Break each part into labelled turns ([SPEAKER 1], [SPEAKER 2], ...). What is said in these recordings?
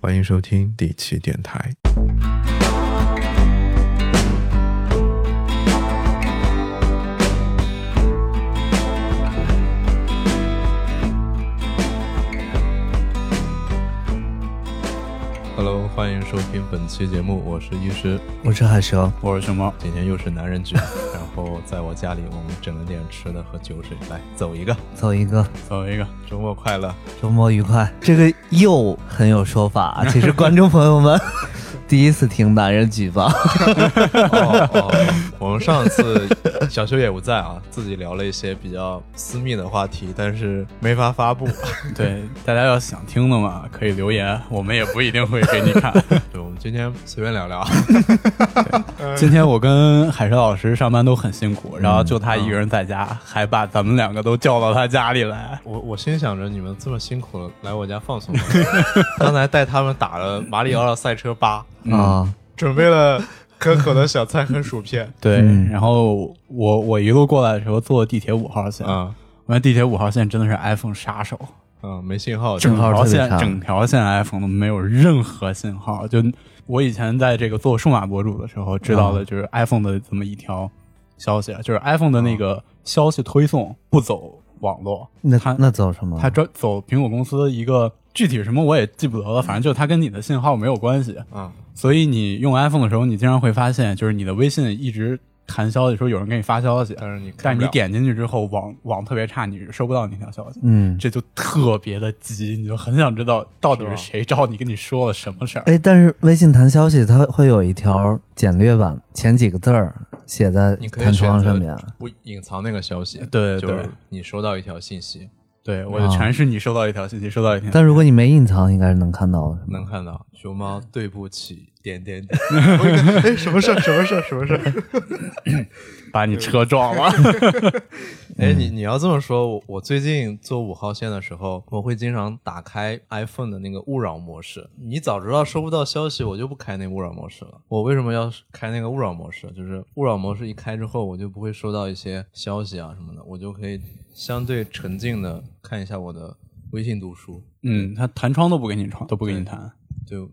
[SPEAKER 1] 欢迎收听第七电台。Hello，欢迎收听本期节目，我是医师，
[SPEAKER 2] 我是海蛇，
[SPEAKER 3] 我是熊猫，
[SPEAKER 1] 今天又是男人局，然后在我家里我们整了点吃的和酒水，来走一个，
[SPEAKER 2] 走一个，
[SPEAKER 3] 走一个，
[SPEAKER 1] 周末快乐。
[SPEAKER 2] 周末愉快。这个又很有说法 啊，其实观众朋友们 第一次听男人举报，
[SPEAKER 1] 哦哦，我们上次小修也不在啊，自己聊了一些比较私密的话题，但是没法发布。
[SPEAKER 3] 对，大家要想听的嘛，可以留言，我们也不一定会给你看。
[SPEAKER 1] 对，我们今天随便聊聊。
[SPEAKER 3] 今天我跟海蛇老师上班都很辛苦，然后就他一个人在家，还把咱们两个都叫到他家里来。
[SPEAKER 1] 我我心想着你们这么辛苦了，来我家放松吧。刚才带他们打了马里奥的赛车八，
[SPEAKER 2] 啊，
[SPEAKER 1] 准备了可口的小菜和薯片。
[SPEAKER 3] 对，
[SPEAKER 2] 嗯
[SPEAKER 3] 然后我我一路过来的时候坐地铁五号线，
[SPEAKER 1] 啊
[SPEAKER 3] 我看地铁五号线真的是 iPhone 杀手，
[SPEAKER 1] 嗯，没信号。
[SPEAKER 3] 整
[SPEAKER 2] 信
[SPEAKER 3] 条
[SPEAKER 2] 号特别
[SPEAKER 3] 线
[SPEAKER 2] 差
[SPEAKER 3] 整条线 iPhone 都没有任何信号。就我以前在这个做数码博主的时候知
[SPEAKER 2] 啊
[SPEAKER 3] 道的，就是 iPhone 的这么一条消息，啊就是 iPhone 的那个消息推送不走网络，
[SPEAKER 2] 那
[SPEAKER 3] 它
[SPEAKER 2] 那走什么？
[SPEAKER 3] 它专走苹果公司一个具体什么我也记不得了，反正就是它跟你的信号没有关系。
[SPEAKER 1] 啊
[SPEAKER 3] 所以你用 iPhone 的时候，你经常会发现，就是你的微信一直弹消息，说有人给你发消息，
[SPEAKER 1] 但是你看
[SPEAKER 3] 但
[SPEAKER 1] 不
[SPEAKER 3] 是你
[SPEAKER 1] 了
[SPEAKER 3] 点进去之后，网网特别差，你是收不到那条消息。
[SPEAKER 2] 嗯，
[SPEAKER 3] 这就特别的急，你就很想知道到底
[SPEAKER 1] 是吧
[SPEAKER 3] 是谁找你，跟你说了什么事儿。
[SPEAKER 2] 哎，但是微信弹消息它会有一条简略版，前几个字儿写在
[SPEAKER 1] 你可以
[SPEAKER 2] 弹窗上
[SPEAKER 1] 选
[SPEAKER 2] 面
[SPEAKER 1] 择。不隐藏那个消息。
[SPEAKER 3] 对对
[SPEAKER 1] 就
[SPEAKER 3] 对
[SPEAKER 1] 是你收到一条信息
[SPEAKER 3] 对，我就全是你收到一条信息，收到一条。
[SPEAKER 2] 但如果你没隐藏，应该是能看到的。
[SPEAKER 1] 能看到熊猫对不起点点点。我一看哎，什么事儿？什么事儿？什么事儿？
[SPEAKER 3] 把你车撞了。
[SPEAKER 1] 哎，你你要这么说，我我最近坐五号线的时候，我会经常打开 iPhone 的那个勿扰模式。你早知道收不到消息，我就不开那勿扰模式了。我为什么要开那个勿扰模式？就是勿扰模式一开之后，我就不会收到一些消息啊什么的，我就可以相对沉静的看一下我的微信读书。
[SPEAKER 3] 嗯，他弹窗都不给你窗，都不给你弹。
[SPEAKER 1] 就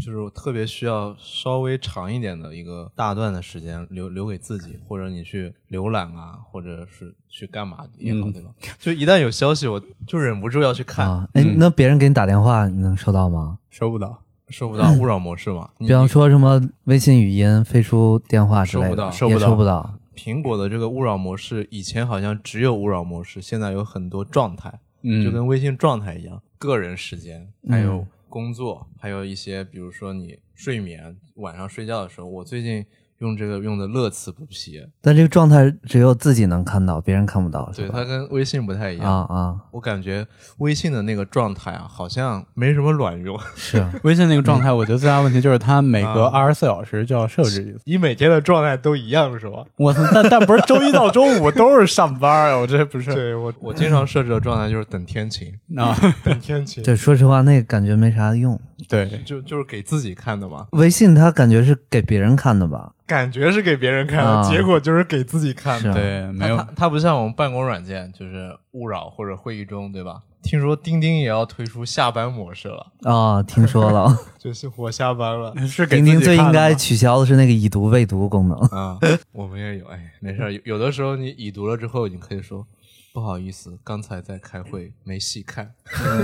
[SPEAKER 1] 就是我特别需要稍微长一点的一个大段的时间留留给自己，或者你去浏览啊，或者是去干嘛也好，
[SPEAKER 3] 嗯
[SPEAKER 1] 对吧？就一旦有消息，我就忍不住要去看，嗯
[SPEAKER 2] 啊，哎，那别人给你打电话，你能收到吗？
[SPEAKER 3] 收不到，
[SPEAKER 1] 收不到勿扰模式嘛？你
[SPEAKER 2] 比方说什么微信语音、飞书电话之类的，
[SPEAKER 1] 收
[SPEAKER 3] 不到
[SPEAKER 2] 也收不到。
[SPEAKER 1] 苹果的这个勿扰模式，以前好像只有勿扰模式，现在有很多状态，
[SPEAKER 3] 嗯
[SPEAKER 1] 就跟微信状态一样，个人时间，还有
[SPEAKER 2] 嗯
[SPEAKER 1] 工作，还有一些比如说你睡眠，晚上睡觉的时候，我最近用这个用的乐此不疲。
[SPEAKER 2] 但这个状态只有自己能看到，别人看不到，是
[SPEAKER 1] 对，
[SPEAKER 2] 吧
[SPEAKER 1] 它跟微信不太一样。
[SPEAKER 2] 啊啊，
[SPEAKER 1] 我感觉微信的那个状态啊，好像没什么卵用。
[SPEAKER 2] 是
[SPEAKER 3] 微信那个状态，我觉得最大问题就是它每隔二十四小时就要设置一次。
[SPEAKER 1] 你每天的状态都一样是吧？
[SPEAKER 3] 我操，但但不是周一到周五都是 上班啊，我这不是
[SPEAKER 1] 对我， 我经常设置的状态就是等天晴，
[SPEAKER 3] 啊？
[SPEAKER 1] 等天 晴，
[SPEAKER 2] 对，说实话，那个感觉没啥用。
[SPEAKER 3] 对，
[SPEAKER 1] 就就是给自己看的嘛，
[SPEAKER 2] 微信它感觉是给别人看的吧？
[SPEAKER 1] 感觉是给别人看的，
[SPEAKER 2] 啊
[SPEAKER 1] 结果就是给自己看
[SPEAKER 2] 是
[SPEAKER 1] 的。
[SPEAKER 2] 啊
[SPEAKER 3] 对，没有
[SPEAKER 1] 它，它它不像我们办公软件，就是勿扰或者会议中，对吧？听说钉钉也要推出下班模式了，
[SPEAKER 2] 啊、听说了，
[SPEAKER 1] 就是我下班 了
[SPEAKER 3] 是给
[SPEAKER 2] 钉
[SPEAKER 3] 自己
[SPEAKER 2] 钉最
[SPEAKER 3] 看
[SPEAKER 2] 应
[SPEAKER 3] 的
[SPEAKER 2] 该
[SPEAKER 3] 吗
[SPEAKER 2] 取消的是那个已读未读功能。
[SPEAKER 1] 啊。我们也有，哎，没事儿，有有的时候你已读了之后，你可以说不好意思，刚才在开会没细看。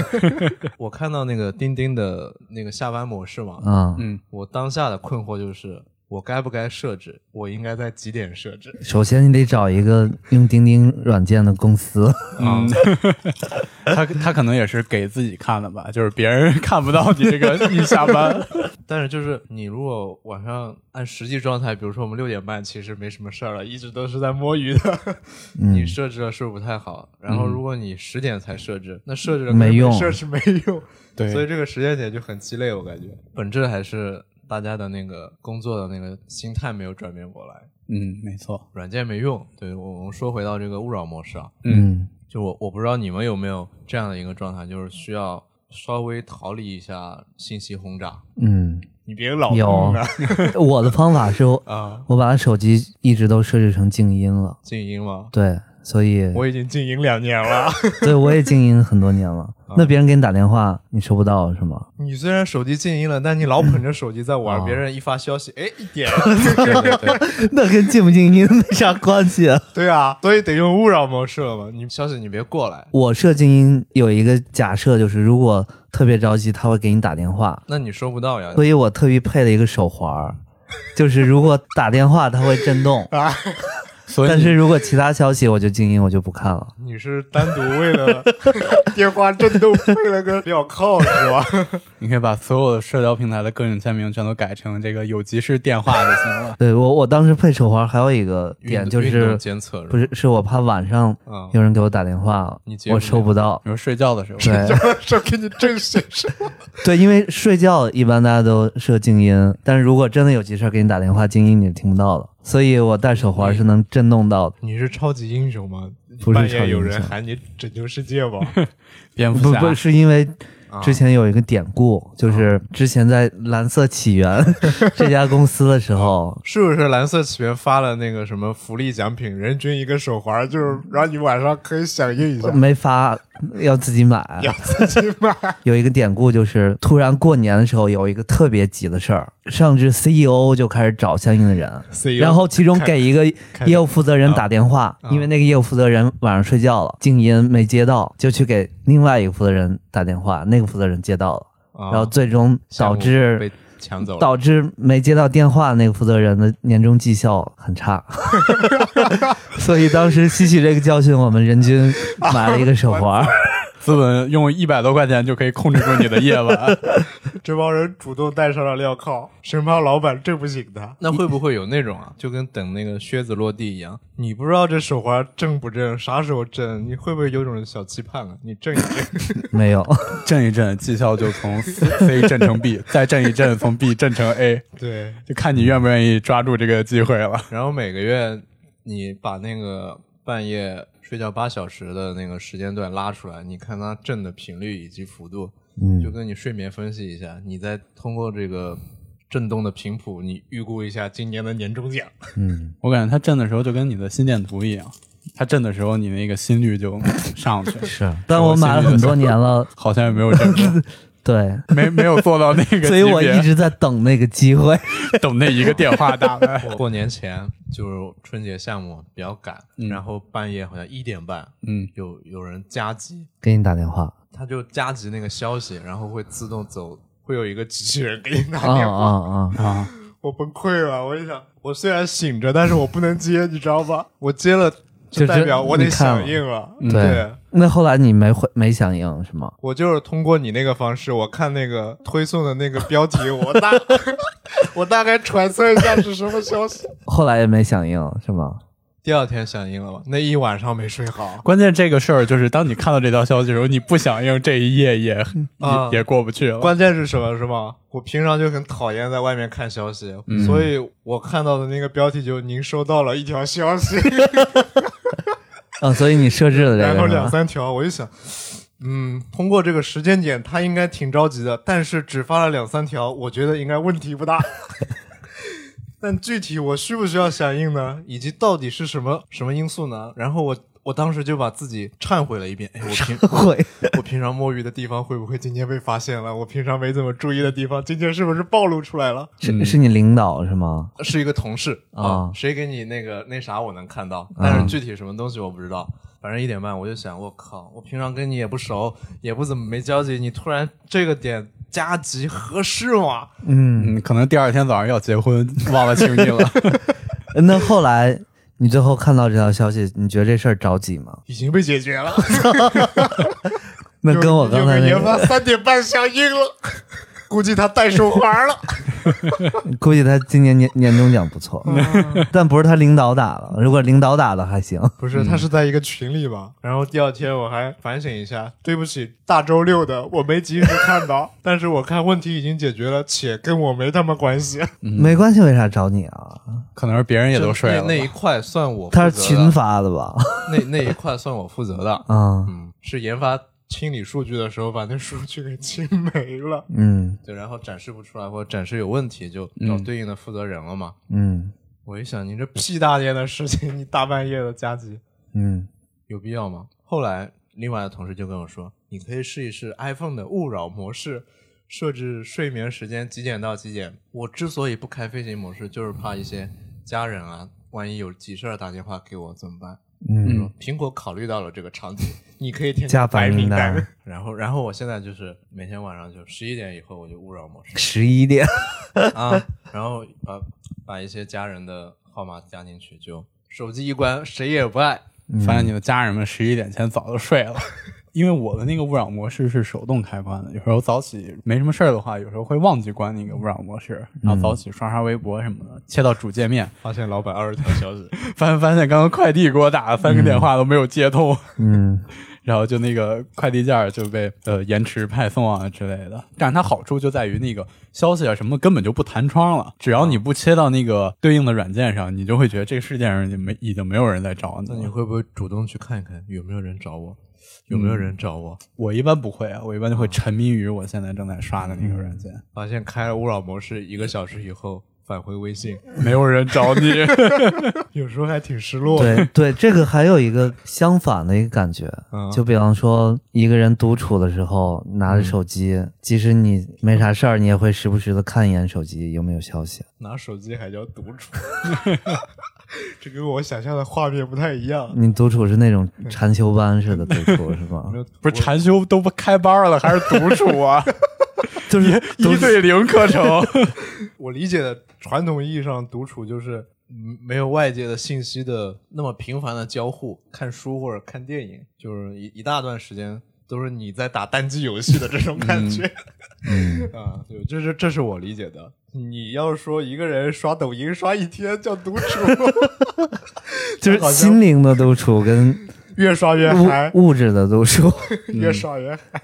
[SPEAKER 1] 我看到那个钉钉的那个下班模式嘛，
[SPEAKER 2] 啊、
[SPEAKER 3] 嗯
[SPEAKER 1] 我当下的困惑就是。我该不该设置？我应该在几点设置？
[SPEAKER 2] 首先你得找一个用钉钉软件的公司。
[SPEAKER 3] 嗯， 他他可能也是给自己看的吧，就是别人 看不到你这个一下班。
[SPEAKER 1] 但是就是你如果晚上按实际状态，比如说我们六点半其实没什么事儿了，一直都是在摸鱼 的，
[SPEAKER 2] 嗯
[SPEAKER 1] 你设置了是不是不太好？然后如果你十点才设置，那设置了跟
[SPEAKER 2] 没用
[SPEAKER 1] 设置没用，
[SPEAKER 3] 对
[SPEAKER 1] 所以这个时间点就很鸡肋，我感觉本质还是大家的那个工作的那个心态没有转变过来，
[SPEAKER 3] 嗯，没错。
[SPEAKER 1] 软件没用。对我我们说回到这个勿扰模式啊，
[SPEAKER 2] 嗯，
[SPEAKER 1] 就我我不知道你们有没有这样的一个状态，就是需要稍微逃离一下信息轰炸。
[SPEAKER 2] 嗯，
[SPEAKER 1] 你别老
[SPEAKER 2] 有
[SPEAKER 1] 弄啊。
[SPEAKER 2] 我的方法是我
[SPEAKER 1] 啊
[SPEAKER 2] 我把手机一直都设置成静音了。
[SPEAKER 1] 静音吗？
[SPEAKER 2] 对，所以
[SPEAKER 1] 我已经经营两年了。
[SPEAKER 2] 对我也经营很多年了。那别人给你打电话，你收不到是吗？
[SPEAKER 1] 你虽然手机静音了，但你老捧着手机在玩，
[SPEAKER 2] 哦
[SPEAKER 1] 别人一发消息，哎，一 点，
[SPEAKER 2] 那跟静不静音没啥关系啊。
[SPEAKER 1] 对啊，所以得用勿扰模式了嘛。你消息你别过来，
[SPEAKER 2] 我设静音有一个假设，就是如果特别着急，他会给你打电话，
[SPEAKER 1] 那你收不到呀。
[SPEAKER 2] 所以我特意配了一个手环儿， 就是如果打电话它会震 动，
[SPEAKER 1] 啊
[SPEAKER 3] 所以
[SPEAKER 2] 但
[SPEAKER 3] 你
[SPEAKER 2] 是如果其他消息我就静音，我就不看了。。
[SPEAKER 1] 你是单独为 了电话震动配了个镣铐是吧？
[SPEAKER 3] 你可以把所有的社交平台的个人签名全都改成这个有急事电话就行了
[SPEAKER 2] 对我，我当时配手环还有一个 点
[SPEAKER 1] 运
[SPEAKER 2] 就
[SPEAKER 1] 运动
[SPEAKER 2] 是，
[SPEAKER 1] 监测
[SPEAKER 2] 不
[SPEAKER 1] 是
[SPEAKER 2] 是是我怕晚上
[SPEAKER 1] 啊，
[SPEAKER 2] 有人给我打电话
[SPEAKER 1] 你，接不
[SPEAKER 2] 我收不到。
[SPEAKER 3] 你说睡觉的时候，
[SPEAKER 2] 对
[SPEAKER 1] 这 给你震醒是吧？
[SPEAKER 2] 对， 因为睡觉一般大家都设静音，但是如果真的有急事儿给你打电话，静音你是听不到的。所以我戴手
[SPEAKER 1] 嗯
[SPEAKER 2] 环是能震动到的，
[SPEAKER 1] 你是超级英雄吗？
[SPEAKER 2] 不是
[SPEAKER 1] 半
[SPEAKER 2] 超
[SPEAKER 1] 夜
[SPEAKER 2] 级
[SPEAKER 1] 有
[SPEAKER 2] 英
[SPEAKER 1] 人
[SPEAKER 2] 雄
[SPEAKER 1] 喊你拯救世界吗？
[SPEAKER 3] 蝙
[SPEAKER 2] 不
[SPEAKER 3] 蝠侠
[SPEAKER 2] 不是因为
[SPEAKER 1] 啊
[SPEAKER 2] 之前有一个典故，就是之前在蓝色起 源这家公司的时候，，
[SPEAKER 1] 是不是蓝色起源发了那个什么福利奖品，人均一个手环，就是让你晚上可以响应一下
[SPEAKER 2] 没法要自己买。
[SPEAKER 1] 要自己买。
[SPEAKER 2] 有一个典故就是，突然过年的时候有一个特别急的事儿，上至 CEO 就开始找相应的人。
[SPEAKER 1] CEO
[SPEAKER 2] 然后其中
[SPEAKER 1] 看
[SPEAKER 2] 给一个
[SPEAKER 1] 看
[SPEAKER 2] 业务负责人打电话
[SPEAKER 1] 啊，
[SPEAKER 2] 因为那个业务负责人晚上睡觉了，静音没接到，就去给另外一个负责人打电话，那个负责人接到了，
[SPEAKER 1] 啊
[SPEAKER 2] 然后最终导
[SPEAKER 1] 项目
[SPEAKER 2] 致
[SPEAKER 1] 被抢走了。
[SPEAKER 2] 导致没接到电话那个负责人的年终绩效很差， 所以当时吸取这个教训，我们人均买了一个手 环。
[SPEAKER 3] 资本用一百多块钱就可以控制住你的夜 晚。
[SPEAKER 1] 这帮人主动戴上了镣铐，生怕老板震不醒他。那会不会有那种啊？就跟等那个靴子落地一样，你不知道这手环震不震，啥时候震，你会不会有种小期盼啊？你震一 震，
[SPEAKER 2] 没有，
[SPEAKER 3] 震一震，绩效就从 C 震成 B，再震一震，从 B 震成 A，
[SPEAKER 1] 对。
[SPEAKER 3] 就看你愿不愿意抓住这个机会了。
[SPEAKER 1] 然后每个月你把那个半夜睡觉八小时的那个时间段拉出来，你看它震的频率以及幅度，
[SPEAKER 2] 嗯
[SPEAKER 1] 就跟你睡眠分析一下，你再通过这个震动的频谱，你预估一下今年的年终奖。
[SPEAKER 2] 嗯，
[SPEAKER 3] 我感觉它震的时候就跟你的心电图一样，它震的时候你那个心率就上去，
[SPEAKER 2] 是，但我买了很多年了，
[SPEAKER 3] 好像也没有震过，
[SPEAKER 2] 对，
[SPEAKER 3] 没没有做到那个级别，
[SPEAKER 2] 所以我一直在等那个机会。
[SPEAKER 3] 等那一个电话打 来。
[SPEAKER 1] 哎过年嗯前就是春节项目比较赶，然后半夜好像一点半
[SPEAKER 3] 嗯，
[SPEAKER 1] 有有人加急，
[SPEAKER 2] 给你打电话
[SPEAKER 1] 他就加急那个消息，然后会自动走，会有一个机器人给你打
[SPEAKER 2] 啊
[SPEAKER 1] 电话。
[SPEAKER 2] 啊啊！
[SPEAKER 1] 我崩溃了，我一想，我虽然醒着，但是我不能接，你知道吧？我接了，
[SPEAKER 2] 就
[SPEAKER 1] 就代
[SPEAKER 2] 这
[SPEAKER 1] 表我得
[SPEAKER 2] 你看
[SPEAKER 1] 响
[SPEAKER 2] 了
[SPEAKER 1] 应了。
[SPEAKER 2] 对那后来你没回没响应是吗？
[SPEAKER 1] 我就是通过你那个方式，我看那个推送的那个标题，我 大我大概揣测一下是什么消息。
[SPEAKER 2] 后来也没响应是吗？
[SPEAKER 1] 第二天响应了吧？那一晚上没睡好。
[SPEAKER 3] 关键这个事儿就是，当你看到这条消息的时候，你不响应，这一夜也、
[SPEAKER 1] 啊
[SPEAKER 3] 也也过不去了。
[SPEAKER 1] 关键是什么是 吗？我平常就很讨厌在外面看消息，所以我看到的那个标题就“您收到了一条消息”，
[SPEAKER 2] 啊，所以你设置了这
[SPEAKER 1] 然后
[SPEAKER 2] 个是
[SPEAKER 1] 两
[SPEAKER 2] 吧
[SPEAKER 1] 三条，我就想，嗯，通过这个时间点，他应该挺着急的，但是只发了两三条，我觉得应该问题不 大。但具体我需不需要响应呢？以及到底是什么什么因素呢？然后我我当时就把自己忏悔了一遍，哎， 我平
[SPEAKER 2] 会
[SPEAKER 1] 我平常摸鱼的地方会不会今天被发现了？我平常没怎么注意的地方，今天是不是暴露出来了？
[SPEAKER 2] 是是你领导是吗？
[SPEAKER 1] 是一个同事
[SPEAKER 2] 啊嗯
[SPEAKER 1] 谁给你那个那啥我能看到，但是具体什么东西我不知道。反正一点半我就想，我靠，我平常跟你也不熟，也不怎么没交集，你突然这个点加急合适吗？
[SPEAKER 2] 嗯，
[SPEAKER 3] 嗯，可能第二天早上要结婚，忘了清你了。
[SPEAKER 2] 那后来你最后看到这条消息，你觉得这事儿着急吗？
[SPEAKER 1] 已经被解决了，
[SPEAKER 2] 那跟我刚才
[SPEAKER 1] 有
[SPEAKER 2] 那
[SPEAKER 1] 研发
[SPEAKER 2] 个，
[SPEAKER 1] 三点半响应了， 估计他戴手环了。
[SPEAKER 2] 估计他今年年年终奖不错， 但不是他领导打的。如果领导打的还行，
[SPEAKER 1] 不是，他是在一个群里吧？然后第二天我还反省一下，对不起，大周六的我没及时看到， 但是我看问题已经解决了，且跟我没他妈关系。
[SPEAKER 2] 没关系，为啥找你啊？
[SPEAKER 3] 可能是别人也都睡了。
[SPEAKER 1] 那一块算我
[SPEAKER 2] 他是群发的吧？，
[SPEAKER 1] 那那一块算我负责的
[SPEAKER 2] 啊，
[SPEAKER 1] 嗯，是研发清理数据的时候把那数据给清没了，
[SPEAKER 2] 嗯
[SPEAKER 1] 对，然后展示不出来或者展示有问题，就
[SPEAKER 3] 嗯
[SPEAKER 1] 找对应的负责人了嘛。
[SPEAKER 2] 嗯
[SPEAKER 1] 我一想，你这屁大点的事情，你大半夜的加急，
[SPEAKER 2] 嗯，
[SPEAKER 1] 有必要吗？后来另外的同事就跟我说，你可以试一试 iPhone 的勿扰模式，设置睡眠时间几点到几点。我之所以不开飞行模式，就是怕一些家人啊，万一有急事儿打电话给我怎么办？
[SPEAKER 2] 嗯，
[SPEAKER 1] 苹果考虑到了这个场 景，你可以添
[SPEAKER 2] 加
[SPEAKER 1] 白
[SPEAKER 2] 白名
[SPEAKER 1] 名
[SPEAKER 2] 单
[SPEAKER 1] 单。然后，然后我现在就是每天晚上就十一点以后我就勿扰 模式
[SPEAKER 2] 十一点，
[SPEAKER 1] 啊，然后把把一些家人的号码加进去，就手机一关，谁也不爱。
[SPEAKER 3] 发现你的家人们十一点前早就睡了。因为我的那个勿扰模式是手动开关的，有时候早起没什么事儿的话，有时候会忘记关那个勿扰模式，然后早起刷刷微博什么的，切到主界面，
[SPEAKER 1] 发现老板二十条消 息，
[SPEAKER 3] 翻翻现刚刚快递给我打了三个电话都没有接通，
[SPEAKER 2] 嗯，
[SPEAKER 3] 然后就那个快递件儿就被呃延迟派送啊之类的。但是它好处就在于那个消息啊什么根本就不弹窗了，只要你不切到那个对应的软件上，你就会觉得这个世界上已经没已经没有人在找
[SPEAKER 1] 那
[SPEAKER 3] 你
[SPEAKER 1] 你
[SPEAKER 3] 了。
[SPEAKER 1] 会不会主动去看一看有没有人找我？有没有人找我？
[SPEAKER 3] 我一般不会啊，我一般就会沉迷于我现在正在刷的那个软件，
[SPEAKER 1] 发现开了勿扰模式一个小时以后返回微信，
[SPEAKER 3] 没有人找你。
[SPEAKER 1] 有时候还挺失落的。
[SPEAKER 2] 对对，这个还有一个相反的一个感觉，
[SPEAKER 1] 嗯
[SPEAKER 2] 就比方说一个人独处的时候，拿着手机，即使你没啥事儿，你也会时不时的看一眼手机有没有消息。
[SPEAKER 1] 拿手机还叫独处，这跟我想象的画面不太一样。
[SPEAKER 3] 嗯
[SPEAKER 2] 你独处是那种禅修班似的独处是吧？
[SPEAKER 3] 不是禅修都不开班了，还是独 处啊？
[SPEAKER 2] 就是
[SPEAKER 3] 一对零课程。
[SPEAKER 1] 我理解的传统意义上独处就是嗯没有外界的信息的那么频繁的交互，看书或者看电影，就是一一大段时间都是你在打单机游戏的这种感
[SPEAKER 3] 嗯
[SPEAKER 1] 觉。 啊，对，这是这是我理解的。你要说一个人刷抖音刷一天叫独处，
[SPEAKER 2] 就是
[SPEAKER 1] 好像
[SPEAKER 2] 心灵的独处跟
[SPEAKER 1] 越刷越嗨，
[SPEAKER 2] 物物质的 独处。
[SPEAKER 1] 越刷越嗨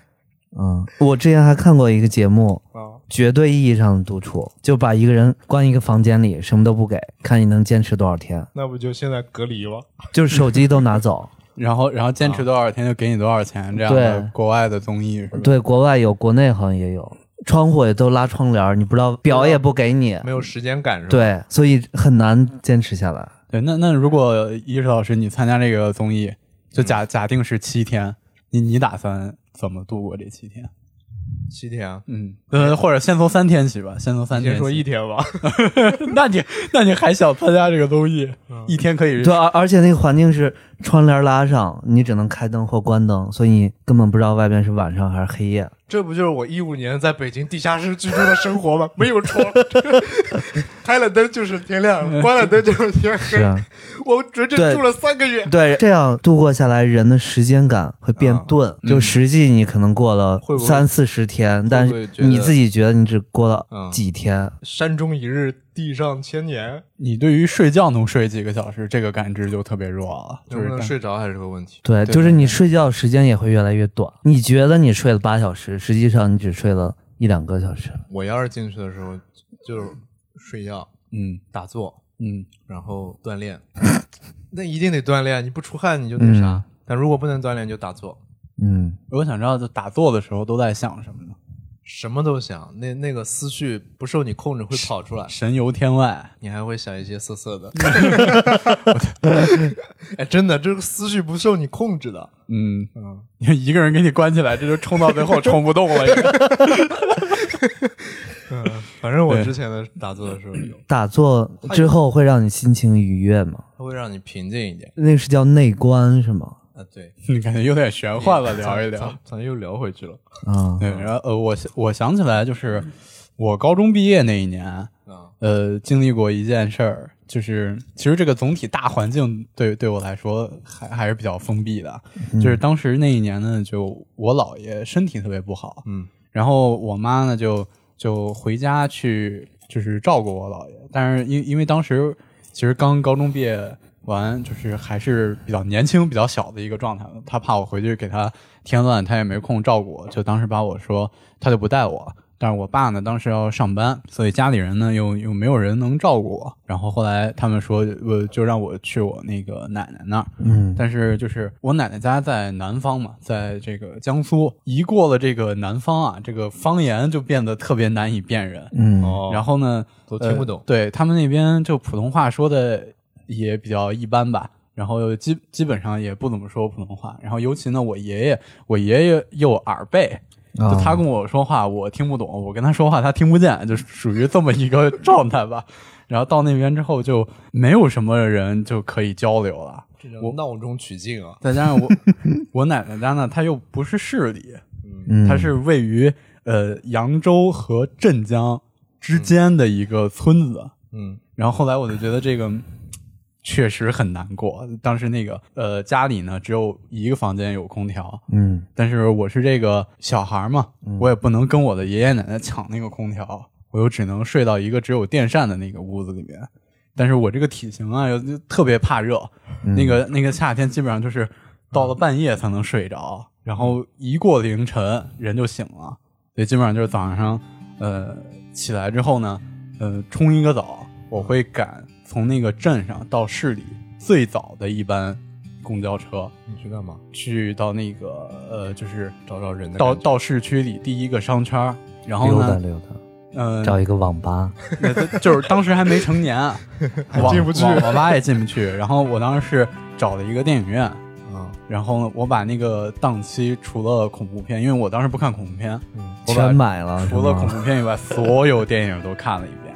[SPEAKER 2] 嗯，我之前还看过一个节目，
[SPEAKER 1] 啊！
[SPEAKER 2] 绝对意义上的独处，就把一个人关一个房间里，什么都不给，看你能坚持多少天，
[SPEAKER 1] 那不就现在隔离吗？
[SPEAKER 2] 就是手机都 拿走。
[SPEAKER 3] 然后，然后坚持多少天就给你多少钱，这样的
[SPEAKER 2] 对
[SPEAKER 3] 国外的综艺是吧？
[SPEAKER 2] 对，国外有，国内好像也有，窗户也都拉窗帘儿，你不知道表也不给你，
[SPEAKER 1] 没有时间感是吧？
[SPEAKER 2] 对，所以很难坚持下来。
[SPEAKER 3] 对，那那如果伊石老师你参加这个综艺，就假、假定是七天，你你打算怎么度过这七天？
[SPEAKER 1] 七天啊，
[SPEAKER 3] 嗯，呃，或者先从三天起吧，先从三
[SPEAKER 1] 你
[SPEAKER 3] 天
[SPEAKER 1] 先
[SPEAKER 3] 起。
[SPEAKER 1] 说一天吧。
[SPEAKER 3] 那你那你还想参加这个综艺？一天可以
[SPEAKER 2] 对，而而且那个环境是窗帘拉上，你只能开灯或关灯，所以你根本不知道外边是晚上还是黑夜。
[SPEAKER 1] 这不就是我一五年在北京地下室居住的生活吗？没有窗， 开了灯就是天亮，关了灯就是天
[SPEAKER 2] 是
[SPEAKER 1] 黑。
[SPEAKER 2] 啊，
[SPEAKER 1] 我整整
[SPEAKER 2] 对
[SPEAKER 1] 住了三个月，
[SPEAKER 3] 哎
[SPEAKER 2] 对，这样度过下来，人的时间感会变钝。
[SPEAKER 3] 啊嗯
[SPEAKER 2] 就实际你可能过了
[SPEAKER 1] 会不会
[SPEAKER 2] 三四十天，但
[SPEAKER 1] 会
[SPEAKER 2] 是
[SPEAKER 1] 觉得
[SPEAKER 2] 你自己觉得你只过
[SPEAKER 1] 嗯
[SPEAKER 2] 了几天。
[SPEAKER 1] 山中一日，地上千年，
[SPEAKER 3] 你对于睡觉能睡几个小时这个感知就特别弱了，就
[SPEAKER 1] 能不
[SPEAKER 3] 是
[SPEAKER 1] 能
[SPEAKER 3] 但
[SPEAKER 1] 睡着嗯还是个问题。
[SPEAKER 2] 对，
[SPEAKER 3] 对
[SPEAKER 2] 就是你睡觉时间也会越来越短。你觉得你睡了八小时，实际上你只睡了一两个小时。
[SPEAKER 1] 我要是进去的时候就是睡觉、
[SPEAKER 3] 嗯
[SPEAKER 1] 打坐，
[SPEAKER 3] 嗯，
[SPEAKER 1] 然后锻炼，那一定得锻炼，你不出汗你就那啥。但如果不能锻炼就打坐，
[SPEAKER 2] 嗯，
[SPEAKER 3] 我想知道就打坐的时候都在想什么呢？
[SPEAKER 1] 什么都想，那那个思绪不受你控制会跑出来，
[SPEAKER 3] 神游天外，
[SPEAKER 1] 你还会想一些色色的。 哎，真的，这个思绪不受你控制的。
[SPEAKER 3] 嗯嗯，一个人给你关起来，这就冲到最后冲不动了。
[SPEAKER 1] 嗯反正我
[SPEAKER 3] 对
[SPEAKER 1] 之前的打坐的时候有，
[SPEAKER 2] 打坐之后会让你心情愉悦吗？
[SPEAKER 1] 它会让你平静一点。
[SPEAKER 2] 那个是叫内观是吗？
[SPEAKER 1] 啊，对，
[SPEAKER 3] 你感觉有点玄幻了，聊一聊
[SPEAKER 1] 咱。咱又聊回去了。
[SPEAKER 2] 啊、
[SPEAKER 3] 对，然后呃，我想我想起来，就是我高中毕业那一年，
[SPEAKER 1] 啊，
[SPEAKER 3] 呃，经历过一件事儿，就是其实这个总体大环境对对我来说还还是比较封闭的，就是当时那一年呢，就我姥爷身体特别不好，
[SPEAKER 1] 嗯
[SPEAKER 3] 然后我妈呢就就回家去就是照顾我姥爷，但是因因为当时其实刚高中毕业完，就是还是比较年轻、比较小的一个状态，她怕我回去给她添乱，她也没空照顾我，就当时把我说她就不带我。但是我爸呢，当时要上班，所以家里人呢又又没有人能照顾我。然后后来他们说，呃，就让我去我那个奶奶那儿。
[SPEAKER 2] 嗯，
[SPEAKER 3] 但是就是我奶奶家在南方嘛，在这个江苏，一过了这个南方啊，这个方言就变得特别难以辨认。
[SPEAKER 2] 嗯
[SPEAKER 1] 哦
[SPEAKER 3] 然后呢，
[SPEAKER 1] 都
[SPEAKER 3] 呃
[SPEAKER 1] 听不懂
[SPEAKER 3] 对他们那边就普通话说的也比较一般吧。然后基基本上也不怎么说普通话。然后尤其呢，我爷爷，我爷爷又耳背，就
[SPEAKER 2] 啊
[SPEAKER 3] 他
[SPEAKER 1] 哦
[SPEAKER 3] 跟我说话我听不懂，我跟他说话他听不见，就是属于这么一个 状态吧。然后到那边之后就没有什么人就可以交流了。
[SPEAKER 1] 呃这叫闹中取静啊，
[SPEAKER 3] 再加上我我奶奶家呢，她又不是市里，
[SPEAKER 2] 嗯，
[SPEAKER 3] 它是位于呃扬州和镇江之间的一个村子。
[SPEAKER 1] 嗯
[SPEAKER 3] 然后后来我就觉得这个嗯确实很难过。当时那个呃家里呢只有一个房间有空调，
[SPEAKER 2] 嗯
[SPEAKER 3] 但是我是这个小孩儿嘛，我也不能跟我的爷爷奶奶抢那个空调，我又只能睡到一个只有电扇的那个屋子里面。但是我这个体型啊，又就特别怕热，那个那个夏天基本上就是到了半夜才能睡着，然后一过凌晨人就醒了，所以基本上就是早上呃起来之后呢，呃冲一个澡，我会赶从那个镇上到市里最早的一班公交车，
[SPEAKER 1] 你去干嘛？
[SPEAKER 3] 去到那个呃，就是
[SPEAKER 1] 找找人的
[SPEAKER 3] 到
[SPEAKER 1] 感觉
[SPEAKER 3] 到市区里第一个商圈儿，然后
[SPEAKER 2] 溜达
[SPEAKER 3] 呢，
[SPEAKER 2] 溜达，
[SPEAKER 3] 嗯、
[SPEAKER 2] 找一个网吧，
[SPEAKER 3] 呃就是当时还没成年，啊 网
[SPEAKER 1] 进不去
[SPEAKER 3] 网网吧也进不去。然后我当时是找了一个电影院，
[SPEAKER 1] 啊，
[SPEAKER 3] 然后呢，我把那个档期除了恐怖片，因为我当时不看恐怖片，
[SPEAKER 1] 嗯，
[SPEAKER 3] 我把
[SPEAKER 2] 全买了，
[SPEAKER 3] 除了
[SPEAKER 2] 是吗
[SPEAKER 3] 恐怖片以外，所有电影都看了 一遍。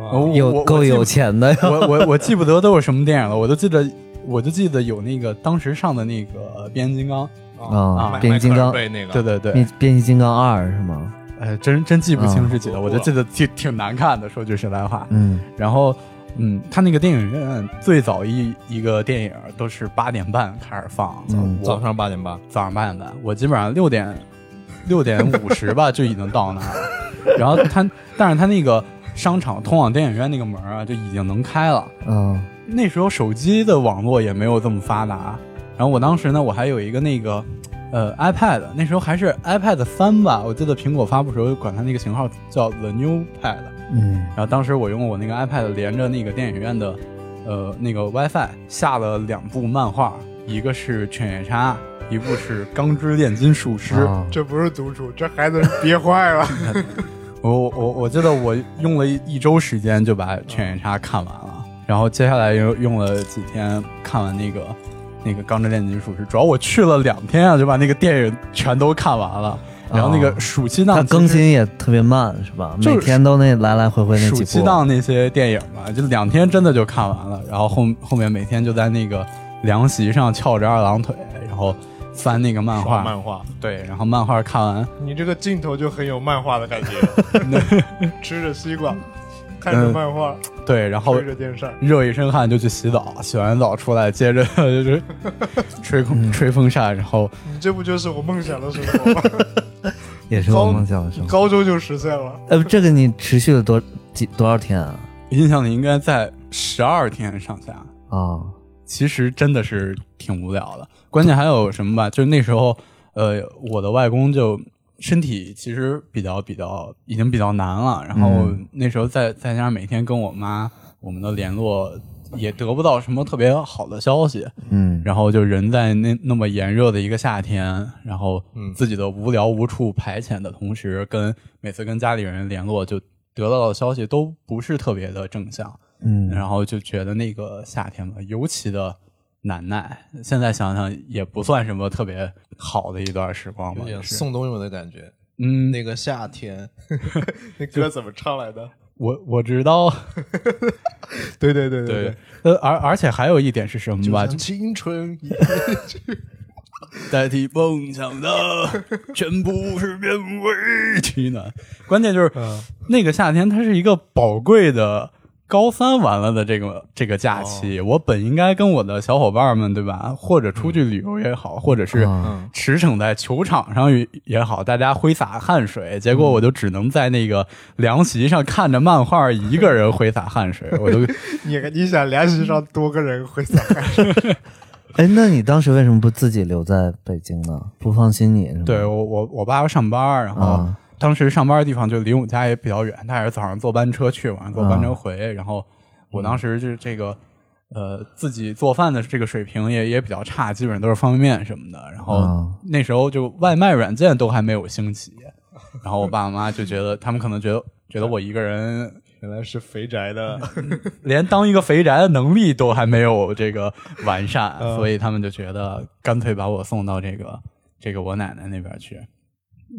[SPEAKER 1] 哇，
[SPEAKER 3] 哦我我
[SPEAKER 2] 有
[SPEAKER 3] 我
[SPEAKER 2] 够
[SPEAKER 3] 记
[SPEAKER 2] 有钱的呀，
[SPEAKER 3] 我我我记不得都是什么电影了，我就记得我就记得有那个当时上的那个变形金刚，
[SPEAKER 2] 啊
[SPEAKER 1] 迈
[SPEAKER 2] 变形金刚
[SPEAKER 1] 迈克尔贝那个，
[SPEAKER 3] 对对对，
[SPEAKER 2] 变变形金刚二是吗？
[SPEAKER 3] 哎，真真记不清是几了，
[SPEAKER 1] 嗯
[SPEAKER 3] 我就记得挺挺难看的。说句实在话，
[SPEAKER 2] 嗯
[SPEAKER 3] 然后，嗯，他那个电影院最早一一个电影都是八点半开始放，
[SPEAKER 2] 嗯
[SPEAKER 3] 我
[SPEAKER 1] 早上八点半，
[SPEAKER 3] 早上八点半，我基本上六点六点五十吧就已经到那儿了。然后他，但是他那个商场通往电影院那个门啊，就已经能开了。
[SPEAKER 2] 嗯
[SPEAKER 3] 那时候手机的网络也没有这么发达，然后我当时呢，我还有一个那个呃 iPad，那时候还是 iPad 三吧，我记得苹果发布时候管它那个型号叫 The New Pad，
[SPEAKER 2] 嗯
[SPEAKER 3] 然后当时我用我那个 iPad 连着那个电影院的呃那个 WiFi 下了两部漫画，一个是《犬夜叉》，一部是《钢之炼金术师》
[SPEAKER 2] 啊
[SPEAKER 4] 这不是独处，这孩子憋坏 了。
[SPEAKER 3] 我我我我记得我用了一一周时间就把《犬夜叉》看完了，然后接下来又用了几天看完那个那个《钢之炼金术师》，主要我去了两天啊，就把那个电影全都看完了。然后那
[SPEAKER 2] 哦
[SPEAKER 3] 个暑期档
[SPEAKER 2] 它
[SPEAKER 3] 其实
[SPEAKER 2] 更新也特别慢，是吧？
[SPEAKER 3] 就是
[SPEAKER 2] 每天都那来来回回那
[SPEAKER 3] 暑
[SPEAKER 2] 几
[SPEAKER 3] 期
[SPEAKER 2] 部。
[SPEAKER 3] 档那些电影嘛，就两天真的就看完了，然后后后面每天就在那个凉席上翘着二郎腿，然后翻那个漫画，
[SPEAKER 1] 漫画，
[SPEAKER 3] 对，然后漫画看完，
[SPEAKER 4] 你这个镜头就很有漫画的感觉， 吃着西瓜，看着
[SPEAKER 3] 嗯
[SPEAKER 4] 漫画，
[SPEAKER 3] 对，然后
[SPEAKER 4] 吹着电扇，
[SPEAKER 3] 热一身汗就去洗澡，洗完澡出来接着 就是吹空吹风扇，然后
[SPEAKER 4] 你这不就是我梦想的生活吗？
[SPEAKER 2] 也是我梦想的生活。
[SPEAKER 4] 高中就实现了。
[SPEAKER 2] 呃，这个你持续了多几多少天啊？
[SPEAKER 3] 印象里应该在十二天上下，
[SPEAKER 2] 啊，
[SPEAKER 3] 其实真的是挺无聊的。关键还有什么吧？就是那时候，呃，我的外公就身体其实比较比较已经比较难了，然后
[SPEAKER 2] 嗯
[SPEAKER 3] 那时候再再加上每天跟我妈我们的联络也得不到什么特别好的消息，
[SPEAKER 2] 嗯，
[SPEAKER 3] 然后就人在那那么炎热的一个夏天，然后
[SPEAKER 1] 嗯
[SPEAKER 3] 自己的无聊无处排遣的同时，跟每次跟家里人联络就。得到的消息都不是特别的正向，
[SPEAKER 2] 嗯，
[SPEAKER 3] 然后就觉得那个夏天吧，尤其的难耐。现在想想也不算什么特别好的一段时光吧
[SPEAKER 1] 有，点
[SPEAKER 3] 是
[SPEAKER 1] 宋冬野的感觉。
[SPEAKER 3] 嗯，
[SPEAKER 1] 那个夏天，
[SPEAKER 4] 那歌怎么唱来
[SPEAKER 1] 嗯
[SPEAKER 4] 的？
[SPEAKER 3] 我我知道，
[SPEAKER 4] 对对对
[SPEAKER 3] 对，，呃，而而且还有一点是什么吧？就
[SPEAKER 1] 青春一
[SPEAKER 3] 代替梦想的全部是变委屈呢。关键就是、
[SPEAKER 1] 嗯
[SPEAKER 3] 那个夏天，它是一个宝贵的。高三完了的这个这个假期，
[SPEAKER 1] 哦
[SPEAKER 3] 我本应该跟我的小伙伴们，对吧？或者出去旅游也好，或者是
[SPEAKER 2] 啊
[SPEAKER 1] 嗯
[SPEAKER 3] 驰骋在球场上也也好，大家挥洒汗水，结果我就只能在那个凉席上看着漫画，一个人挥洒汗 水，我就
[SPEAKER 4] 你你想联系上多个人会咋样？
[SPEAKER 2] 哎，那你当时为什么不自己留在北京呢？不放心你是吗？
[SPEAKER 3] 对我我我爸要上班，然后
[SPEAKER 2] 啊，
[SPEAKER 3] 当时上班的地方就离我们家也比较远，他也是早上坐班车去，晚上坐班
[SPEAKER 2] 啊
[SPEAKER 3] 车回，然后我
[SPEAKER 2] 嗯
[SPEAKER 3] 当时就是这个。呃，自己做饭的这个水平也也比较差，基本上都是方便面什么的。然后
[SPEAKER 2] 啊
[SPEAKER 3] 那时候就外卖软件都还没有兴起，然后我爸妈就觉得他们可能觉得觉得我一个人
[SPEAKER 4] 原来是肥宅的，
[SPEAKER 3] 连当一个肥宅的能力都还没有这个完善，所以他们就觉得干脆把我送到这个这个我奶奶那边去。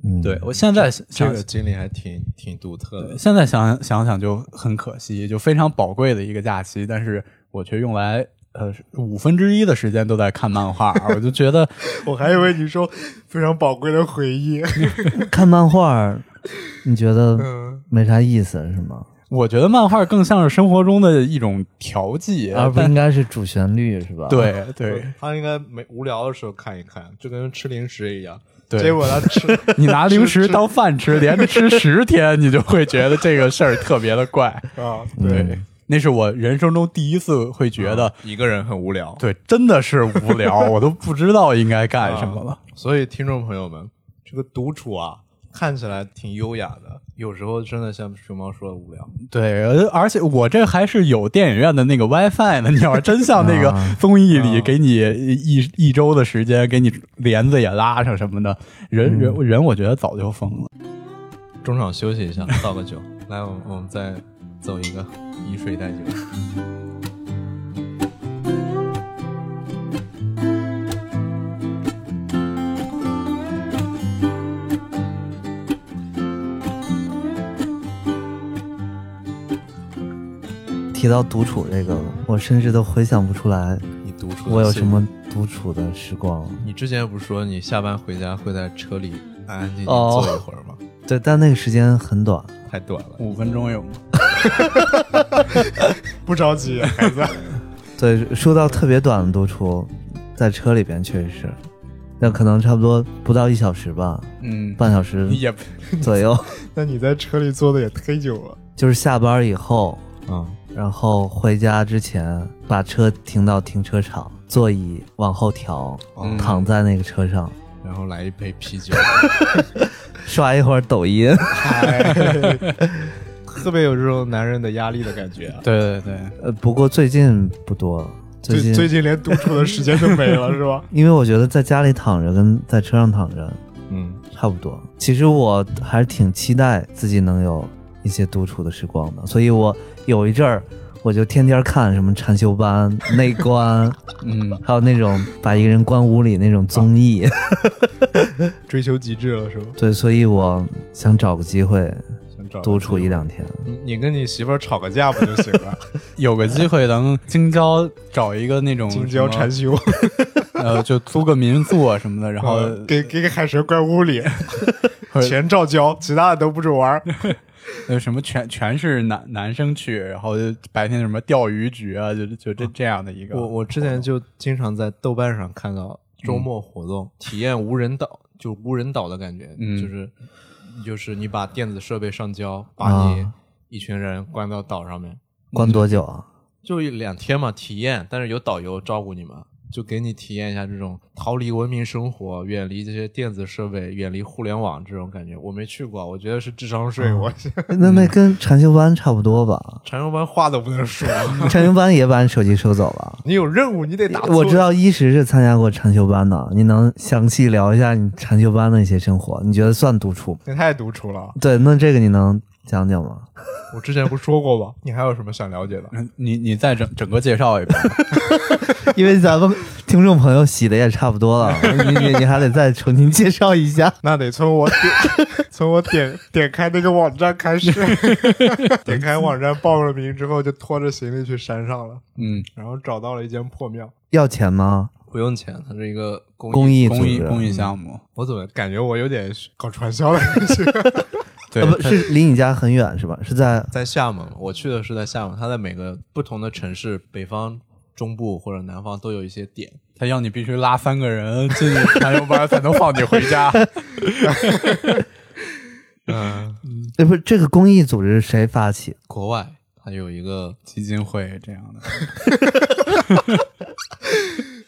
[SPEAKER 2] 嗯，
[SPEAKER 3] 对我现在想
[SPEAKER 1] 这个经历还挺挺独特的。
[SPEAKER 3] 现在想想想就很可惜，就非常宝贵的一个假期，但是我却用来呃五分之一的时间都在看漫画，我就觉得
[SPEAKER 4] 我还以为你说非常宝贵的回忆。
[SPEAKER 2] 看漫画儿，你觉得
[SPEAKER 4] 嗯，
[SPEAKER 2] 没啥意思是吗？
[SPEAKER 3] 我觉得漫画更像是生活中的一种 调剂，
[SPEAKER 2] 而不
[SPEAKER 3] 呃但
[SPEAKER 2] 应该是主旋律是吧？，
[SPEAKER 3] 对对
[SPEAKER 1] 他应该没无聊的时候看一看，就跟吃零食一样。
[SPEAKER 3] 对，
[SPEAKER 4] 结果他吃，
[SPEAKER 3] 你拿零食当饭吃，连着吃十天，你就会觉得这个事儿特别的怪。
[SPEAKER 4] 啊，
[SPEAKER 3] 对，那是我人生中第一次会觉得，
[SPEAKER 1] 啊一个人很无聊，
[SPEAKER 3] 对，真的是无聊， 我都不知道应该干什么了。
[SPEAKER 1] 所以听众朋友们，这个独处啊，看起来挺优雅的，有时候真的像熊猫说的无聊。
[SPEAKER 3] 对，而而且我这还是有电影院的那个 WiFi 呢。你要是真像那个
[SPEAKER 2] 啊
[SPEAKER 3] 综艺里给你一一周的时间，给你帘子也拉上什么的，人人人，我觉得早就疯了。
[SPEAKER 1] 中场休息一下，倒个酒，来，我们我们再走一个以水代酒。
[SPEAKER 2] 提到独处这个，我甚至都回想不出来
[SPEAKER 1] 你独处，
[SPEAKER 2] 我有什？么独处的时光。
[SPEAKER 1] 你之前不是说你下班回家会在车里安安静静
[SPEAKER 2] 哦
[SPEAKER 1] 坐一会儿吗？
[SPEAKER 2] 对，但那个时间很短，
[SPEAKER 1] 太短了。
[SPEAKER 3] 五分钟有吗？
[SPEAKER 4] 不着急，孩子。
[SPEAKER 2] 对，说到特别短的独处，在车里边确实是，那可能差不多不到一小时吧，
[SPEAKER 3] 嗯，
[SPEAKER 2] 半小时
[SPEAKER 3] 也
[SPEAKER 2] 左右，
[SPEAKER 4] 那你在车里坐的也忒久了，
[SPEAKER 2] 就是下班以后，
[SPEAKER 1] 嗯，
[SPEAKER 2] 然后回家之前把车停到停车场，座椅往后调，
[SPEAKER 1] 嗯
[SPEAKER 2] 躺在那个车上
[SPEAKER 1] 然后来一杯啤 酒，
[SPEAKER 2] 刷一会儿抖音，
[SPEAKER 1] 特别有这种男人的压力的感觉啊。
[SPEAKER 3] 对对对，
[SPEAKER 2] 呃，不过最近不多了，最
[SPEAKER 4] 最
[SPEAKER 2] 近
[SPEAKER 4] 最近连独处的时间都没了，是吧？
[SPEAKER 2] 因为我觉得在家里躺着跟在车上躺着
[SPEAKER 1] 嗯，
[SPEAKER 2] 差不多。其实我还是挺期待自己能有一些独处的时光的，所以我有一阵儿我就天天看什么禅修班、内观，
[SPEAKER 3] 嗯，
[SPEAKER 2] 还有那种把一个人关屋里那种综艺。
[SPEAKER 4] 追求极致了，是吧？
[SPEAKER 2] 对，所以我想找个机会
[SPEAKER 1] 想找
[SPEAKER 2] 独处一两天。
[SPEAKER 1] 你，你跟你媳妇儿吵个架不就行 了？
[SPEAKER 3] 有个机会能京郊找一个那种
[SPEAKER 4] 京郊
[SPEAKER 3] 什么
[SPEAKER 4] 禅修，
[SPEAKER 3] 呃，就租个民宿啊什么的，然后
[SPEAKER 4] 呃给给给海神关屋 里，
[SPEAKER 3] 或者
[SPEAKER 4] 钱照交，其他的都不准玩儿。
[SPEAKER 3] 呃什么全全是男男生去，然后就白天什么钓鱼局啊，就就这这样的一个。
[SPEAKER 1] 我我之前就经常在豆瓣上看到周末活动，体验无人岛，就无人岛的感觉，
[SPEAKER 3] 嗯
[SPEAKER 1] 就是就是你把电子设备上交，把你
[SPEAKER 2] 啊
[SPEAKER 1] 一群人关到岛上面，
[SPEAKER 2] 关多久啊？
[SPEAKER 1] 就一两天嘛，体验，但是有导游照顾你嘛。就给你体验一下这种逃离文明生活、远离这些电子设备、远离互联网这种感觉，我没去过，我觉得是智商税。
[SPEAKER 4] 对
[SPEAKER 1] 我
[SPEAKER 2] 哦
[SPEAKER 1] ？
[SPEAKER 4] 我，
[SPEAKER 2] 那那跟禅修班差不多吧
[SPEAKER 1] 禅修班话都不能 说，
[SPEAKER 2] 禅修班也把你手机收走了。
[SPEAKER 4] 你有任务，你得打。
[SPEAKER 2] 我知，道一石是参加过禅修班的，你能详细聊一下你禅修班的一些生活？你觉得算独处吗？
[SPEAKER 4] 你太独处了。
[SPEAKER 2] 对，那这个你能讲讲吗？
[SPEAKER 4] 我之前不说过吗？你还有什么想了解的？
[SPEAKER 3] 嗯你你再整整个介 绍一遍，
[SPEAKER 2] 因为咱们听众朋友洗的也差不多了，你你你还得再重新介绍一下。
[SPEAKER 4] 那得从我点 从我点点开那个网站开始， 点开网站报了名之后，就拖着行李去山上了，
[SPEAKER 3] 嗯，
[SPEAKER 4] 然后找到了一间破庙。
[SPEAKER 2] 要钱吗？
[SPEAKER 1] 不用钱，它是一个公益。
[SPEAKER 2] 公益组
[SPEAKER 3] 公益
[SPEAKER 2] 织？
[SPEAKER 3] 公益
[SPEAKER 1] 嗯
[SPEAKER 3] 项目，
[SPEAKER 1] 我怎么
[SPEAKER 4] 感觉我有点搞传销的感觉，
[SPEAKER 3] 对
[SPEAKER 2] 呃，，不是离你家很远是吧？是在
[SPEAKER 1] 在厦门，我去的是在厦门，它在每个不同的城市，北方、中部或者南方都有一些点。
[SPEAKER 3] 他要你必须拉三个人进男友班才能放你回 家。
[SPEAKER 1] 嗯，
[SPEAKER 2] 呃不是这个公益组织谁发起？
[SPEAKER 1] 国外它有一个
[SPEAKER 3] 基金会这样的，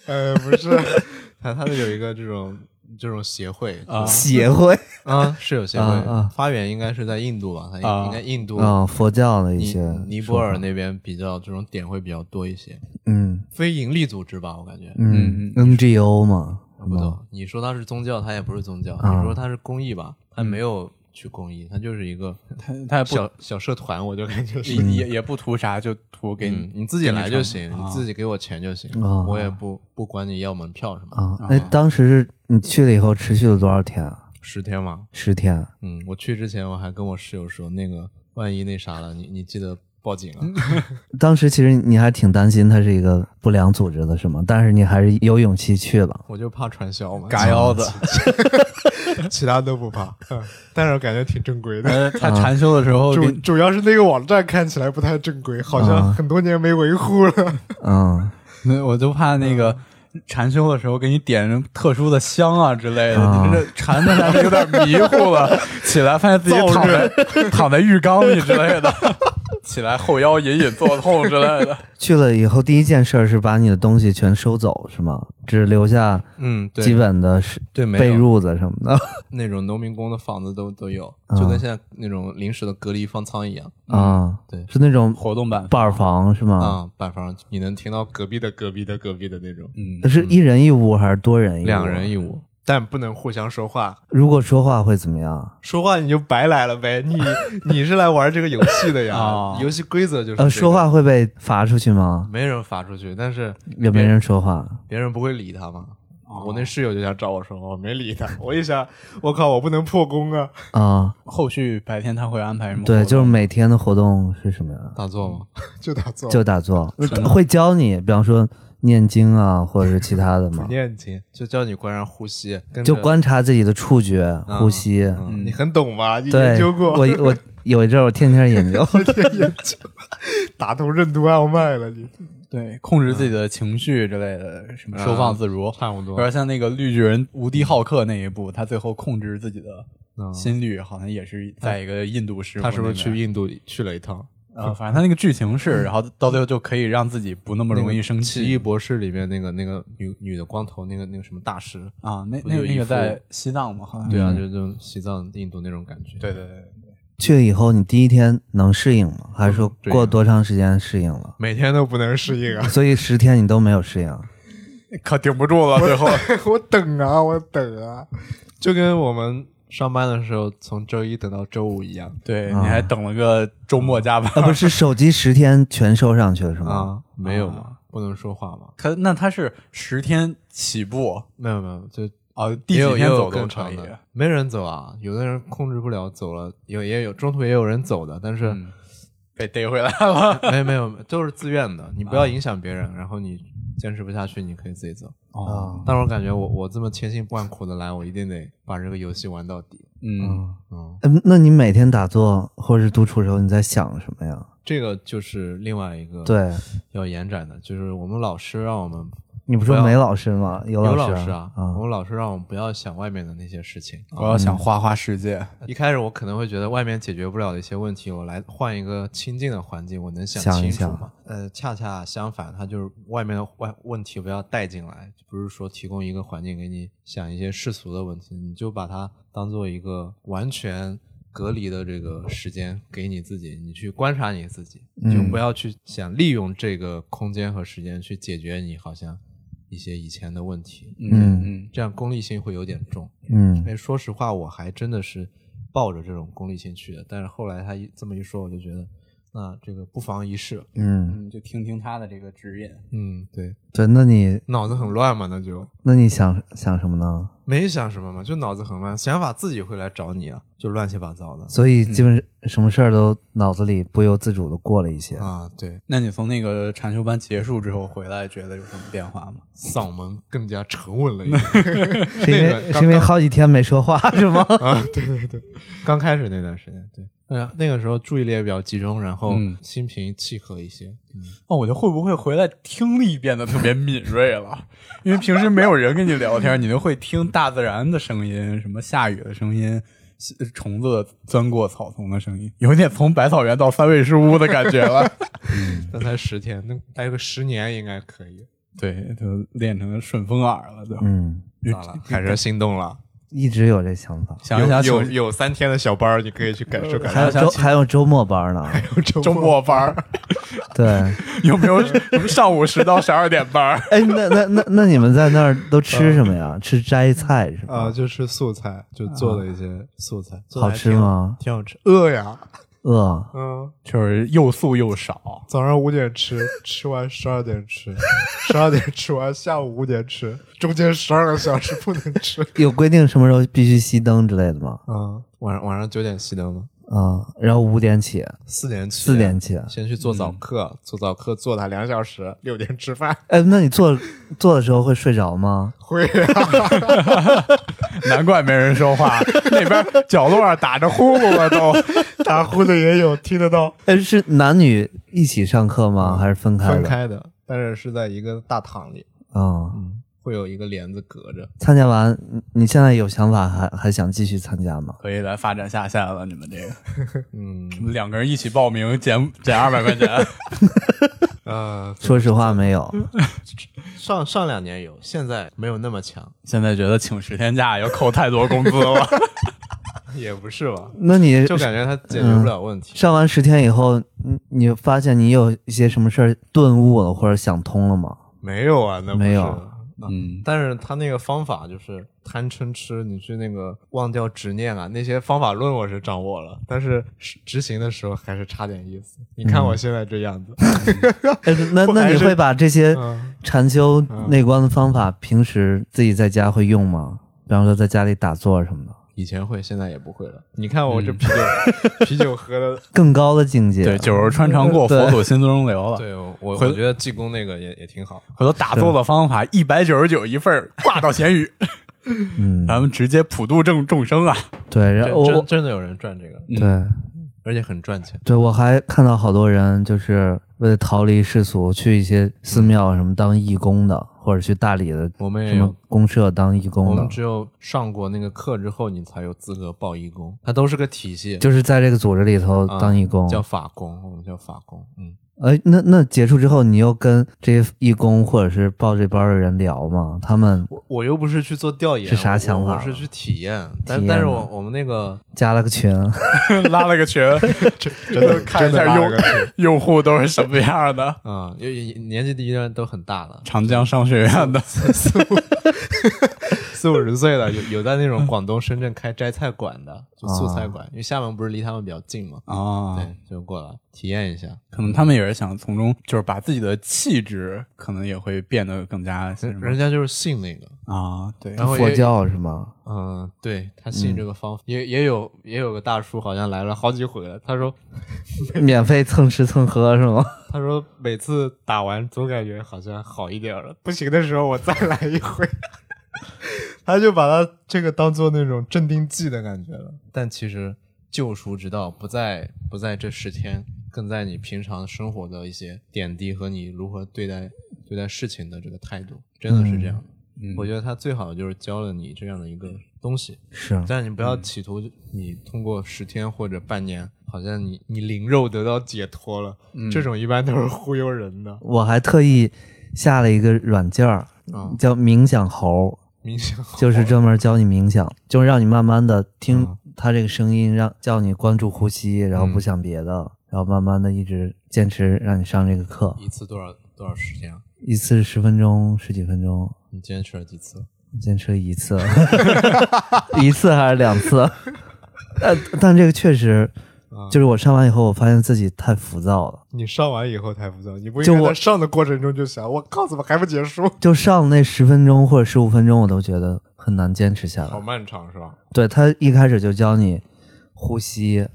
[SPEAKER 4] 呃，不是，
[SPEAKER 1] 它它是有一个这种这种协会
[SPEAKER 3] 啊
[SPEAKER 2] 协会
[SPEAKER 1] 啊是有协会，
[SPEAKER 2] 啊啊
[SPEAKER 1] 发源应该是在印度吧？它应
[SPEAKER 3] 啊
[SPEAKER 1] 应该印度、
[SPEAKER 2] 啊、佛教的一
[SPEAKER 1] 尼
[SPEAKER 2] 些
[SPEAKER 1] 尼泊尔那边比较这种点会比较多一些，
[SPEAKER 2] 嗯
[SPEAKER 1] 非盈利组织吧，我感觉。
[SPEAKER 2] 嗯
[SPEAKER 3] 嗯
[SPEAKER 2] NGO 嘛，
[SPEAKER 1] 不懂，你说它是宗教，它也不是宗教；
[SPEAKER 2] 啊嗯
[SPEAKER 1] 你说它是公益吧，它没有去公益，它就是一个
[SPEAKER 3] 他他也不
[SPEAKER 1] 小小社团，我就感觉是。
[SPEAKER 3] 也也也不图啥，就图给
[SPEAKER 1] 嗯
[SPEAKER 3] 你，
[SPEAKER 1] 你自己来就行，
[SPEAKER 3] 啊
[SPEAKER 1] 你自己给我钱就行，
[SPEAKER 2] 啊
[SPEAKER 1] 我也不不管你要门票什么的。
[SPEAKER 2] 啊，那当时是你去了以后持续了多少天啊？
[SPEAKER 1] 十天嘛，
[SPEAKER 2] 十天啊。
[SPEAKER 1] 嗯，我去之前我还跟我室友说，那个万一那啥了，你你记得报警啊。
[SPEAKER 2] 当时其实你还挺担心它是一个不良组织的，是吗？但是你还是有勇气去了。
[SPEAKER 1] 我就怕传销 嘛，
[SPEAKER 3] 嘎腰子。
[SPEAKER 4] 其他都不怕，嗯但是我感觉挺正规的。
[SPEAKER 1] 嗯
[SPEAKER 3] 呃， 他禅修的时候
[SPEAKER 4] 主
[SPEAKER 3] 给
[SPEAKER 4] 主要是那个网站看起来不太正规，好像很多年没维护了。
[SPEAKER 2] 嗯，
[SPEAKER 3] 那 我就怕那个禅修的时候给你点特殊的香啊之类的，
[SPEAKER 2] 啊
[SPEAKER 3] 你这禅的还是有点迷糊了，起来发现自己躺在 躺在浴缸里之类的， 起来后腰隐隐作痛之类 的。
[SPEAKER 2] 去了以后第一件事儿是把你的东西全收走，是吗？只留下
[SPEAKER 1] 嗯，
[SPEAKER 2] 基
[SPEAKER 1] 对
[SPEAKER 2] 本的是
[SPEAKER 1] 对，没
[SPEAKER 2] 被
[SPEAKER 1] 有
[SPEAKER 2] 褥子什么的。
[SPEAKER 1] 那种农民工的房子都都有，
[SPEAKER 2] 啊
[SPEAKER 1] 就跟现在那种临时的隔离方舱一样
[SPEAKER 2] 啊，
[SPEAKER 1] 嗯对
[SPEAKER 2] 是那种
[SPEAKER 3] 活动版，
[SPEAKER 2] 板儿房是吗？
[SPEAKER 1] 啊，板房你能听到隔壁的隔壁的隔壁的那种，嗯
[SPEAKER 3] 嗯，
[SPEAKER 2] 是一人一屋还是多人一屋？啊
[SPEAKER 1] 两人一屋，
[SPEAKER 4] 但不能互相说话，
[SPEAKER 2] 如果说话会怎么样？
[SPEAKER 4] 说话你就白来了呗。你你是来玩这个游戏的 呀
[SPEAKER 3] 哦，
[SPEAKER 1] 游戏规则就是
[SPEAKER 2] 呃，
[SPEAKER 1] 这个
[SPEAKER 2] 说话会被罚出去吗？
[SPEAKER 1] 没人发出去，但是
[SPEAKER 2] 也没人说话。
[SPEAKER 1] 别人不会理他嘛。我那室友就想找我说话，我没理他。
[SPEAKER 4] 我一想，我靠，我不能破功啊！
[SPEAKER 2] 啊，
[SPEAKER 3] 后续白天他会安排什么活动？
[SPEAKER 2] 对，就是每天的活动是什么呀？
[SPEAKER 1] 打坐吗？
[SPEAKER 4] 就打坐，
[SPEAKER 2] 就打坐
[SPEAKER 3] 纯，的
[SPEAKER 2] 会教你，比方说念经啊，或者是其他的
[SPEAKER 1] 不
[SPEAKER 2] 吗？
[SPEAKER 1] 念经，就 叫你观察呼吸，跟着
[SPEAKER 2] 就观察自己的触觉、
[SPEAKER 1] 嗯
[SPEAKER 2] 呼吸。
[SPEAKER 1] 嗯
[SPEAKER 4] 你很懂 吧？你研
[SPEAKER 2] 对，
[SPEAKER 4] 究过，
[SPEAKER 2] 我我有一阵儿我天天研究，
[SPEAKER 4] 打通任督二脉了，你
[SPEAKER 3] 对控制自己的情绪之类
[SPEAKER 2] 嗯
[SPEAKER 3] 的，什么收放自
[SPEAKER 2] 啊
[SPEAKER 3] 如。
[SPEAKER 1] 差不多
[SPEAKER 3] 有。点像那个绿巨人无敌浩克那一部，他最后控制自己的
[SPEAKER 1] 嗯
[SPEAKER 3] 心率，好像也是在一个印度师傅
[SPEAKER 1] 他是不是
[SPEAKER 3] 那边
[SPEAKER 1] 去印度去了一趟？
[SPEAKER 3] 啊，反正他那个剧情是，然后到最后就可以让自己嗯不那么容易生
[SPEAKER 1] 奇异
[SPEAKER 3] 气
[SPEAKER 1] 博士》里面那个那个女女的光头那个那个什么大师，
[SPEAKER 3] 啊。那
[SPEAKER 1] 不
[SPEAKER 3] 那
[SPEAKER 1] 就
[SPEAKER 3] 个
[SPEAKER 1] 一
[SPEAKER 3] 那个
[SPEAKER 1] 副
[SPEAKER 3] 在西藏嘛，好像
[SPEAKER 1] 对啊，就就西藏、印度那种感觉。
[SPEAKER 3] 对对对，
[SPEAKER 2] 去了以后你第一天能适应吗？还是说
[SPEAKER 1] 嗯对呀
[SPEAKER 2] 过多长时间适 应了？
[SPEAKER 4] 每天都不能适应啊！
[SPEAKER 2] 所以十天你都没有适应，啊
[SPEAKER 3] 对可顶不住了，最后
[SPEAKER 4] 我等啊，我等啊，
[SPEAKER 1] 就跟我们上班的时候从周一等到周五一样
[SPEAKER 3] 对你还等了个周末加 班。
[SPEAKER 2] 啊，不是手机十天全收上去了是吗？
[SPEAKER 1] 啊，没有嘛，不能说话嘛，
[SPEAKER 3] 他那他是十天起步
[SPEAKER 1] 没有没有，就
[SPEAKER 3] 啊，第
[SPEAKER 1] 也
[SPEAKER 3] 几
[SPEAKER 1] 有也
[SPEAKER 3] 天
[SPEAKER 1] 有
[SPEAKER 3] 走
[SPEAKER 1] 更
[SPEAKER 3] 都
[SPEAKER 1] 长
[SPEAKER 3] 可以。
[SPEAKER 1] 的，没人走啊，有的人控制不了走了，有也有中途也有人走的，但是
[SPEAKER 3] 嗯 被逮回来了
[SPEAKER 1] 没有没有都是自愿的，你不要影响别人，然后你坚持不下去，你可以自己走。
[SPEAKER 2] 啊
[SPEAKER 3] 哦，
[SPEAKER 1] 但我感觉我我这么千辛万苦的来，我一定得把这个游戏玩到底。
[SPEAKER 3] 嗯，
[SPEAKER 1] 嗯，
[SPEAKER 2] 嗯，那你每天打坐或者是独处的时候你在想什么呀？
[SPEAKER 1] 这个就是另外一个
[SPEAKER 2] 对，
[SPEAKER 1] 要延展的，就是我们老师让我们
[SPEAKER 2] 你不说没老师吗？有
[SPEAKER 1] 有
[SPEAKER 2] 老
[SPEAKER 1] 老
[SPEAKER 2] 师嗯
[SPEAKER 1] 师啊，我们老师让我们不要想外面的那些事情。
[SPEAKER 3] 我要想花花世界，
[SPEAKER 1] 一开始我可能会觉得外面解决不了的一些问题，我来换一个清静的环境，我能想
[SPEAKER 2] 想一
[SPEAKER 1] 清楚
[SPEAKER 2] 想
[SPEAKER 1] 吗？呃，恰恰相反，它就是外面的外问题不要带进来，不是说提供一个环境给你想一些世俗的问题，你就把它当做一个完全隔离的这个时间给你自己，你去观察你自己，
[SPEAKER 2] 嗯
[SPEAKER 1] 就不要去想利用这个空间和时间去解决你好像一些以前的问题，
[SPEAKER 2] 嗯
[SPEAKER 3] 嗯，
[SPEAKER 1] 这样功利性会有点重。
[SPEAKER 2] 嗯
[SPEAKER 1] 哎，说实话，我还真的是抱着这种功利性去的，但是后来他一这么一说，我就觉得，那这个不妨一试。
[SPEAKER 2] 嗯，
[SPEAKER 3] 嗯，就听听他的这个指引。
[SPEAKER 1] 嗯，对，
[SPEAKER 2] 对，那你
[SPEAKER 1] 脑子很乱嘛，那就
[SPEAKER 2] 那你想想什么呢？
[SPEAKER 1] 没想什么嘛，就脑子很乱，想法自己会来找你啊，就乱七八糟的
[SPEAKER 2] 所以基本什么事儿都脑子里不由自主的过了一些。
[SPEAKER 1] 啊。对，
[SPEAKER 3] 那你从那个禅修班结束之后回来，觉得有什么变化吗？
[SPEAKER 1] 嗓门更加沉稳 了一点
[SPEAKER 2] 是因
[SPEAKER 1] 那个
[SPEAKER 2] 为是因为好几天没说话是吗？
[SPEAKER 1] 啊。对对对，刚开始那段时间，对，哎呀，那个时候注意力也比较集中，然后
[SPEAKER 3] 嗯
[SPEAKER 1] 心平气和一些。
[SPEAKER 3] 哦，我觉得会不会回来听力变得特别敏锐了？因为平时没有人跟你聊天，你就会听大自然的声音，什么下雨的声音，呃虫子钻过草丛的声音，有点从百草园到三味书屋的感觉了。
[SPEAKER 1] 但才十天，那待个十年应该可以。
[SPEAKER 3] 对，就练成顺风耳了，就、
[SPEAKER 2] 嗯，
[SPEAKER 1] 咋了？海蛇心动了？
[SPEAKER 2] 一直有这想法。
[SPEAKER 3] 想一想
[SPEAKER 1] 有有
[SPEAKER 3] 请
[SPEAKER 1] 有三天的小班儿，你可以去感受感受。
[SPEAKER 2] 还有周还有周末班呢，
[SPEAKER 3] 周末班儿，
[SPEAKER 2] 对，
[SPEAKER 3] 有没有什么上午十到十二点班儿？
[SPEAKER 2] 哎，那那那那你们在那儿都吃什么呀？吃斋菜是
[SPEAKER 4] 啊，
[SPEAKER 2] 吧？
[SPEAKER 4] 就吃素菜，就做了一些素菜，做
[SPEAKER 2] 啊
[SPEAKER 4] 得
[SPEAKER 2] 好
[SPEAKER 4] 还
[SPEAKER 2] 吃
[SPEAKER 4] 挺？
[SPEAKER 2] 吗？
[SPEAKER 4] 挺好吃，饿呀，
[SPEAKER 2] 饿，
[SPEAKER 4] 嗯，
[SPEAKER 3] 就是又素又少，
[SPEAKER 4] 早上五点吃，吃完十二点吃，十二点吃完下午五点吃，中间十二个小时不能吃
[SPEAKER 2] 有规定什么时候必须熄灯之类的吗？
[SPEAKER 4] 啊。
[SPEAKER 1] 晚上晚上九点熄灯了，
[SPEAKER 2] 啊，然后五点起，
[SPEAKER 1] 四点起，
[SPEAKER 2] 四点起。
[SPEAKER 1] 先去做早课，做早课做它两小时，
[SPEAKER 4] 六点吃饭，
[SPEAKER 2] 哎，那你做做的时候会睡着吗？
[SPEAKER 4] 会啊，
[SPEAKER 3] 难怪没人说话。那边角落上打着呼噜了都。
[SPEAKER 4] 打呼的也有，听得到，
[SPEAKER 2] 哎，是男女一起上课吗？还是嗯分开的？
[SPEAKER 1] 分开的，但是是在一个大堂里，
[SPEAKER 2] 啊、
[SPEAKER 1] 会有一个帘子隔着。
[SPEAKER 2] 参加完，你你现在有想法还还想继续参加吗？
[SPEAKER 3] 可以来发展下线了，你们这个
[SPEAKER 1] 嗯，
[SPEAKER 3] 两个人一起报名减减二百块钱，
[SPEAKER 1] 呃，
[SPEAKER 2] 说实话，没有。
[SPEAKER 1] 上上两年有，现在没有那么强，
[SPEAKER 3] 现在觉得请十天假要扣太多工资了。
[SPEAKER 1] 也不是吧，
[SPEAKER 2] 那你
[SPEAKER 1] 就感觉它解决不了问题。
[SPEAKER 2] 上完十天以后，你你发现你有一些什么事儿顿悟了或者想通 了吗？
[SPEAKER 1] 没有啊，那不是
[SPEAKER 2] 没有。
[SPEAKER 3] 嗯，
[SPEAKER 1] 但是他那个方法就是贪嗔痴，你去那个忘掉执念啊，那些方法论我是掌握了，但是实执行的时候还是差点意思。你看我现在这样子，
[SPEAKER 2] 哎，那那
[SPEAKER 4] 还
[SPEAKER 2] 你
[SPEAKER 4] 是
[SPEAKER 2] 会把这些
[SPEAKER 4] 嗯，
[SPEAKER 2] 禅修内观的方法，平时自己在家会用吗？比方说在家里打坐什么的，
[SPEAKER 1] 以前会，现在也不会了。你看我这
[SPEAKER 3] 嗯
[SPEAKER 1] 啤酒，啤酒喝的，
[SPEAKER 2] 更高的境界。
[SPEAKER 3] 对，九十穿肠过，佛祖心中留了。
[SPEAKER 1] 对我我
[SPEAKER 3] 回
[SPEAKER 1] 我觉得济公那个也也 挺好。
[SPEAKER 3] 回头打坐的方法一百九十九一份儿，挂到闲鱼，
[SPEAKER 2] 嗯，
[SPEAKER 3] 咱们直接普度众众生啊！
[SPEAKER 2] 对，然后
[SPEAKER 1] 真真
[SPEAKER 2] 我嗯
[SPEAKER 1] 真的嗯有人赚这个，
[SPEAKER 2] 对
[SPEAKER 1] 而且很赚钱。
[SPEAKER 2] 对，我还看到好多人就是为了逃离世俗，去一些寺庙什么当义工的，或者去大理的
[SPEAKER 1] 我们
[SPEAKER 2] 什
[SPEAKER 1] 也
[SPEAKER 2] 么
[SPEAKER 1] 有，
[SPEAKER 2] 公社当义
[SPEAKER 1] 我
[SPEAKER 2] 工的
[SPEAKER 1] 们，只有上过那个课之后，你才有资格报义工，它都是个体系，
[SPEAKER 2] 就是在这个组织里头
[SPEAKER 1] 啊
[SPEAKER 2] 当义工。
[SPEAKER 1] 叫法工，我们叫法工。嗯，
[SPEAKER 2] 哎，那那结束之后，你又跟这些义工或者是报这班的人聊吗？他们
[SPEAKER 1] 我我又不是去做调研，
[SPEAKER 2] 是啥想法
[SPEAKER 1] 我我是去体验，但
[SPEAKER 2] 体验
[SPEAKER 1] 但是
[SPEAKER 2] 吗
[SPEAKER 1] 我我们那个
[SPEAKER 2] 加了个群，
[SPEAKER 3] 拉了个群，
[SPEAKER 4] 真的
[SPEAKER 3] 看一
[SPEAKER 4] 真的
[SPEAKER 3] 下
[SPEAKER 4] 拉
[SPEAKER 3] 用
[SPEAKER 4] 了个群
[SPEAKER 3] 用户都是什么样的。
[SPEAKER 1] 啊，因为年纪的一般都很大 了，
[SPEAKER 3] 长江商学院的，
[SPEAKER 1] 四五十岁了，有有在那种广东深圳开斋菜馆的，就素
[SPEAKER 2] 啊
[SPEAKER 1] 菜馆，因为厦门不是离他们比较近嘛，
[SPEAKER 3] 啊
[SPEAKER 1] 对，就过来体验一
[SPEAKER 2] 嗯
[SPEAKER 1] 下。
[SPEAKER 3] 可能他们也是想从中，就是把自己的气质，可能也会变得更加什么
[SPEAKER 1] 人家就是信那个，
[SPEAKER 3] 啊，对，
[SPEAKER 1] 然后
[SPEAKER 2] 佛
[SPEAKER 1] 也
[SPEAKER 2] 教是吗？
[SPEAKER 1] 嗯，对他信这个方法，也也有也有个大叔好像来了好几回了，他说
[SPEAKER 2] 免费蹭吃蹭喝是吗？
[SPEAKER 1] 他说每次打完总感觉好像好一点了，
[SPEAKER 4] 不行的时候我再来 一回。他就把他这个当做那种镇定剂的感觉了。
[SPEAKER 1] 但其实救赎之道不在不在这十天，更在你平常生活的一些点滴和你如何对待对待事情的这个态度，真的是这样的。
[SPEAKER 3] 嗯
[SPEAKER 1] 我觉得他最好就是教了你这样的一个东西，
[SPEAKER 2] 是，
[SPEAKER 3] 嗯
[SPEAKER 1] 但你不要企图你通过十天或者半年，好像你你灵肉得到解脱了，
[SPEAKER 3] 嗯
[SPEAKER 1] 这 种一般都是忽悠人的。
[SPEAKER 2] 我还特意下了一个软件儿，
[SPEAKER 1] 嗯
[SPEAKER 2] 叫冥想猴，
[SPEAKER 1] 冥想
[SPEAKER 2] 就是专门教你冥想，就是让你慢慢的听
[SPEAKER 1] 啊
[SPEAKER 2] 它这个声音，让叫你关注呼吸，然
[SPEAKER 1] 嗯
[SPEAKER 2] 后不想别的，然后慢慢的一直坚持让你上这个课，
[SPEAKER 1] 一次多少多少时间啊？
[SPEAKER 2] 一次十分钟十几分钟，
[SPEAKER 1] 你坚持了几次？
[SPEAKER 2] 坚持了一次， 一次还是两次？但但这个确实，
[SPEAKER 1] 啊
[SPEAKER 2] 就是我上完以后，我发现自己太浮躁了。
[SPEAKER 4] 你上完以后才浮躁，你不
[SPEAKER 2] 就
[SPEAKER 4] 应该
[SPEAKER 2] 我
[SPEAKER 4] 在上的过程中就想，我靠，怎么还不结束？
[SPEAKER 2] 就上那十分钟或者十五分钟，我都觉得很难坚持下
[SPEAKER 1] 好
[SPEAKER 2] 来。
[SPEAKER 1] 漫长是吧？
[SPEAKER 2] 对他一开始就教你呼吸，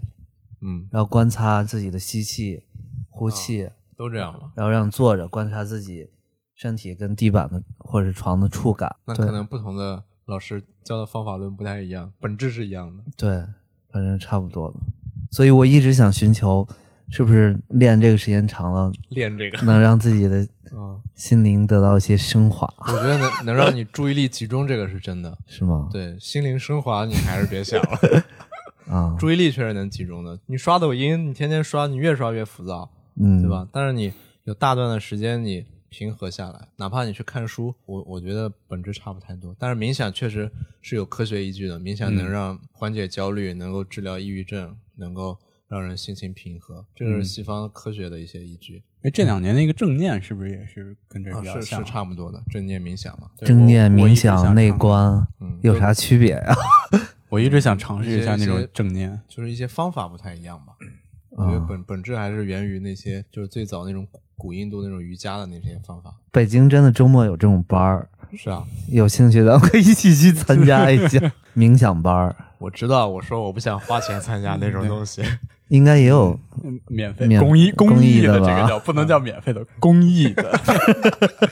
[SPEAKER 1] 嗯，
[SPEAKER 2] 然后观察自己的吸气、呼气，
[SPEAKER 1] 都这样吧。
[SPEAKER 2] 然后让你坐着观察自己身体跟地板的或者床的触感。
[SPEAKER 1] 那可能不同的老师教的方法论不太一样，本质是一样的。
[SPEAKER 2] 对，反正差不多了。所以我一直想寻求，是不是练这个时间长了，
[SPEAKER 1] 练这个，
[SPEAKER 2] 能让自己的
[SPEAKER 1] 嗯，
[SPEAKER 2] 心灵得到一些升华，
[SPEAKER 1] 我觉得能能让你注意力集中，这个是真的。
[SPEAKER 2] 是吗？
[SPEAKER 1] 对，心灵升华你还是别想 了，
[SPEAKER 2] 啊，
[SPEAKER 1] 注意力确实能集中的。你刷抖音，你天天刷，你越刷越浮躁，
[SPEAKER 2] 嗯，
[SPEAKER 1] 对？吧？但是你有大段的时间你平和下来，哪怕你去看书，我我觉得本质差不太多。但是冥想确实
[SPEAKER 3] 嗯
[SPEAKER 1] 是有科学依据的，冥想能让缓解焦虑，能够治疗抑郁症，能够让人心情平和，这
[SPEAKER 3] 嗯
[SPEAKER 1] 个是西方科学的一些依据、
[SPEAKER 3] 哎，这两年那个正念是不是也是跟这
[SPEAKER 1] 啊，
[SPEAKER 3] 比较
[SPEAKER 1] 是
[SPEAKER 3] 像？
[SPEAKER 1] 是差不多的正念冥想嘛，
[SPEAKER 3] 对
[SPEAKER 2] 正念、
[SPEAKER 3] 我我一
[SPEAKER 2] 冥
[SPEAKER 3] 直想
[SPEAKER 2] 想、内
[SPEAKER 3] 尝
[SPEAKER 2] 观
[SPEAKER 1] 嗯
[SPEAKER 2] 有啥区别呀？
[SPEAKER 3] 我一直想尝试
[SPEAKER 1] 一
[SPEAKER 3] 一
[SPEAKER 1] 些
[SPEAKER 3] 下
[SPEAKER 1] 一
[SPEAKER 3] 那种
[SPEAKER 1] 些
[SPEAKER 3] 正念。
[SPEAKER 1] 就是一些方法不太一 样吧。我
[SPEAKER 3] 啊
[SPEAKER 1] 觉得本本质还是源于那些就是最早那种古古印度那种瑜伽的那些方法。
[SPEAKER 2] 北京真的周末有这种班儿，
[SPEAKER 1] 是啊，
[SPEAKER 2] 有兴趣的可以一起去参加一下冥想班儿，
[SPEAKER 1] 我知道，我说我不想花钱参加那种东西。
[SPEAKER 2] 应该也有
[SPEAKER 3] 嗯免费
[SPEAKER 2] 免
[SPEAKER 3] 公益
[SPEAKER 2] 公益
[SPEAKER 3] 益
[SPEAKER 2] 的
[SPEAKER 3] 这
[SPEAKER 2] 吧嗯
[SPEAKER 3] 个叫不能叫免费的，公益的。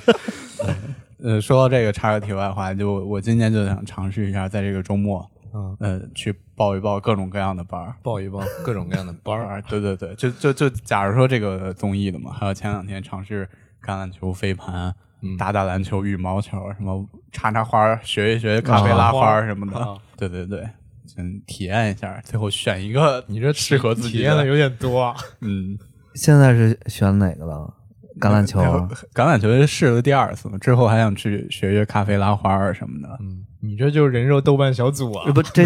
[SPEAKER 3] 呃，说到这个，插个题外话，就我今年就想尝试一下，在这个周末，
[SPEAKER 1] 嗯，
[SPEAKER 3] 呃，去报一报各种各样的班儿。
[SPEAKER 1] 报一报各种各样的班
[SPEAKER 3] 班
[SPEAKER 1] 儿，
[SPEAKER 3] 儿，对对对，就就就，假如说这个综艺的嘛，还有前两天尝试看篮球、飞盘、打打篮球、羽毛球，什么插插花儿、学一学咖啡拉花儿什么的。
[SPEAKER 1] 啊
[SPEAKER 3] 对对对，先体验一下，最后选一个你这适合自己
[SPEAKER 1] 体验的有点多啊。
[SPEAKER 3] 嗯，
[SPEAKER 2] 现在是选哪个了？橄榄球啊、
[SPEAKER 3] 橄榄球试了第二次嘛，之后还想去学学咖啡拉花儿什么的。
[SPEAKER 1] 嗯，
[SPEAKER 4] 你这就是人肉豆瓣小组啊！
[SPEAKER 2] 呃不，这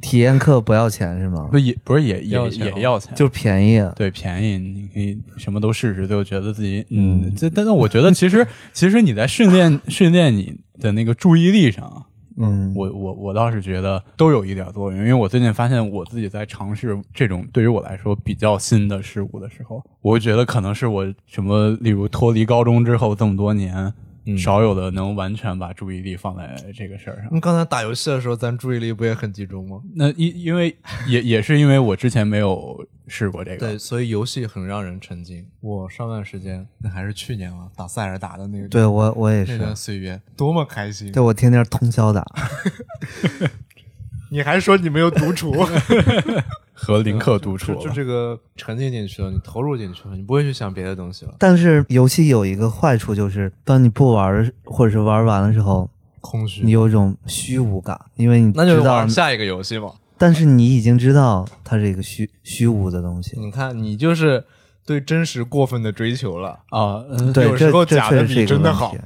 [SPEAKER 2] 体验课不要钱是吗
[SPEAKER 3] 不？也不是也
[SPEAKER 1] 要
[SPEAKER 3] 也
[SPEAKER 1] 钱
[SPEAKER 3] 也要钱，
[SPEAKER 2] 就是便宜，啊
[SPEAKER 3] 对，便宜，你可以什么都试试，就觉得自己，嗯，这，但是我觉得其实，其实你在训练训练你的那个注意力上，
[SPEAKER 2] 嗯，
[SPEAKER 3] 我我我倒是觉得都有一点作用，因为我最近发现我自己在尝试这种对于我来说比较新的事物的时候，我会觉得可能是我什么，例如脱离高中之后这么多年，少有的能完全把注意力放在这个事儿上。
[SPEAKER 1] 那刚才打游戏的时候，咱注意力不也很集中吗？
[SPEAKER 3] 那因因为也也是因为我之前没有试过这个，
[SPEAKER 1] 对，所以游戏很让人沉浸。我上段时间那还是去年嘛，打塞尔达的那个
[SPEAKER 2] 对我我也
[SPEAKER 1] 那
[SPEAKER 2] 是，啊
[SPEAKER 1] 段岁月，
[SPEAKER 4] 多么开心！
[SPEAKER 2] 对我天天通宵打，
[SPEAKER 4] 你还说你没有独处，
[SPEAKER 3] 和林克独处
[SPEAKER 1] 就
[SPEAKER 3] 了
[SPEAKER 1] 就这个沉浸进去了，你投入进去了，你不会去想别的东西了，
[SPEAKER 2] 但是游戏有一个坏处就是，当你不玩儿或者是玩完了之后，
[SPEAKER 1] 空虚
[SPEAKER 2] 你。有一种虚无感，因为你
[SPEAKER 1] 那就
[SPEAKER 2] 知道
[SPEAKER 1] 玩，下一个游戏嘛。
[SPEAKER 2] 但是你已经知道它是一个虚虚无的东西。
[SPEAKER 1] 你看，你就是对真实过分的追求了。
[SPEAKER 3] 啊，嗯
[SPEAKER 2] 对，
[SPEAKER 4] 有
[SPEAKER 2] 这
[SPEAKER 4] 时候
[SPEAKER 2] 这
[SPEAKER 4] 假
[SPEAKER 2] 确
[SPEAKER 4] 的
[SPEAKER 2] 实
[SPEAKER 4] 比
[SPEAKER 2] 是一个
[SPEAKER 4] 真的
[SPEAKER 2] 问
[SPEAKER 4] 好
[SPEAKER 2] 题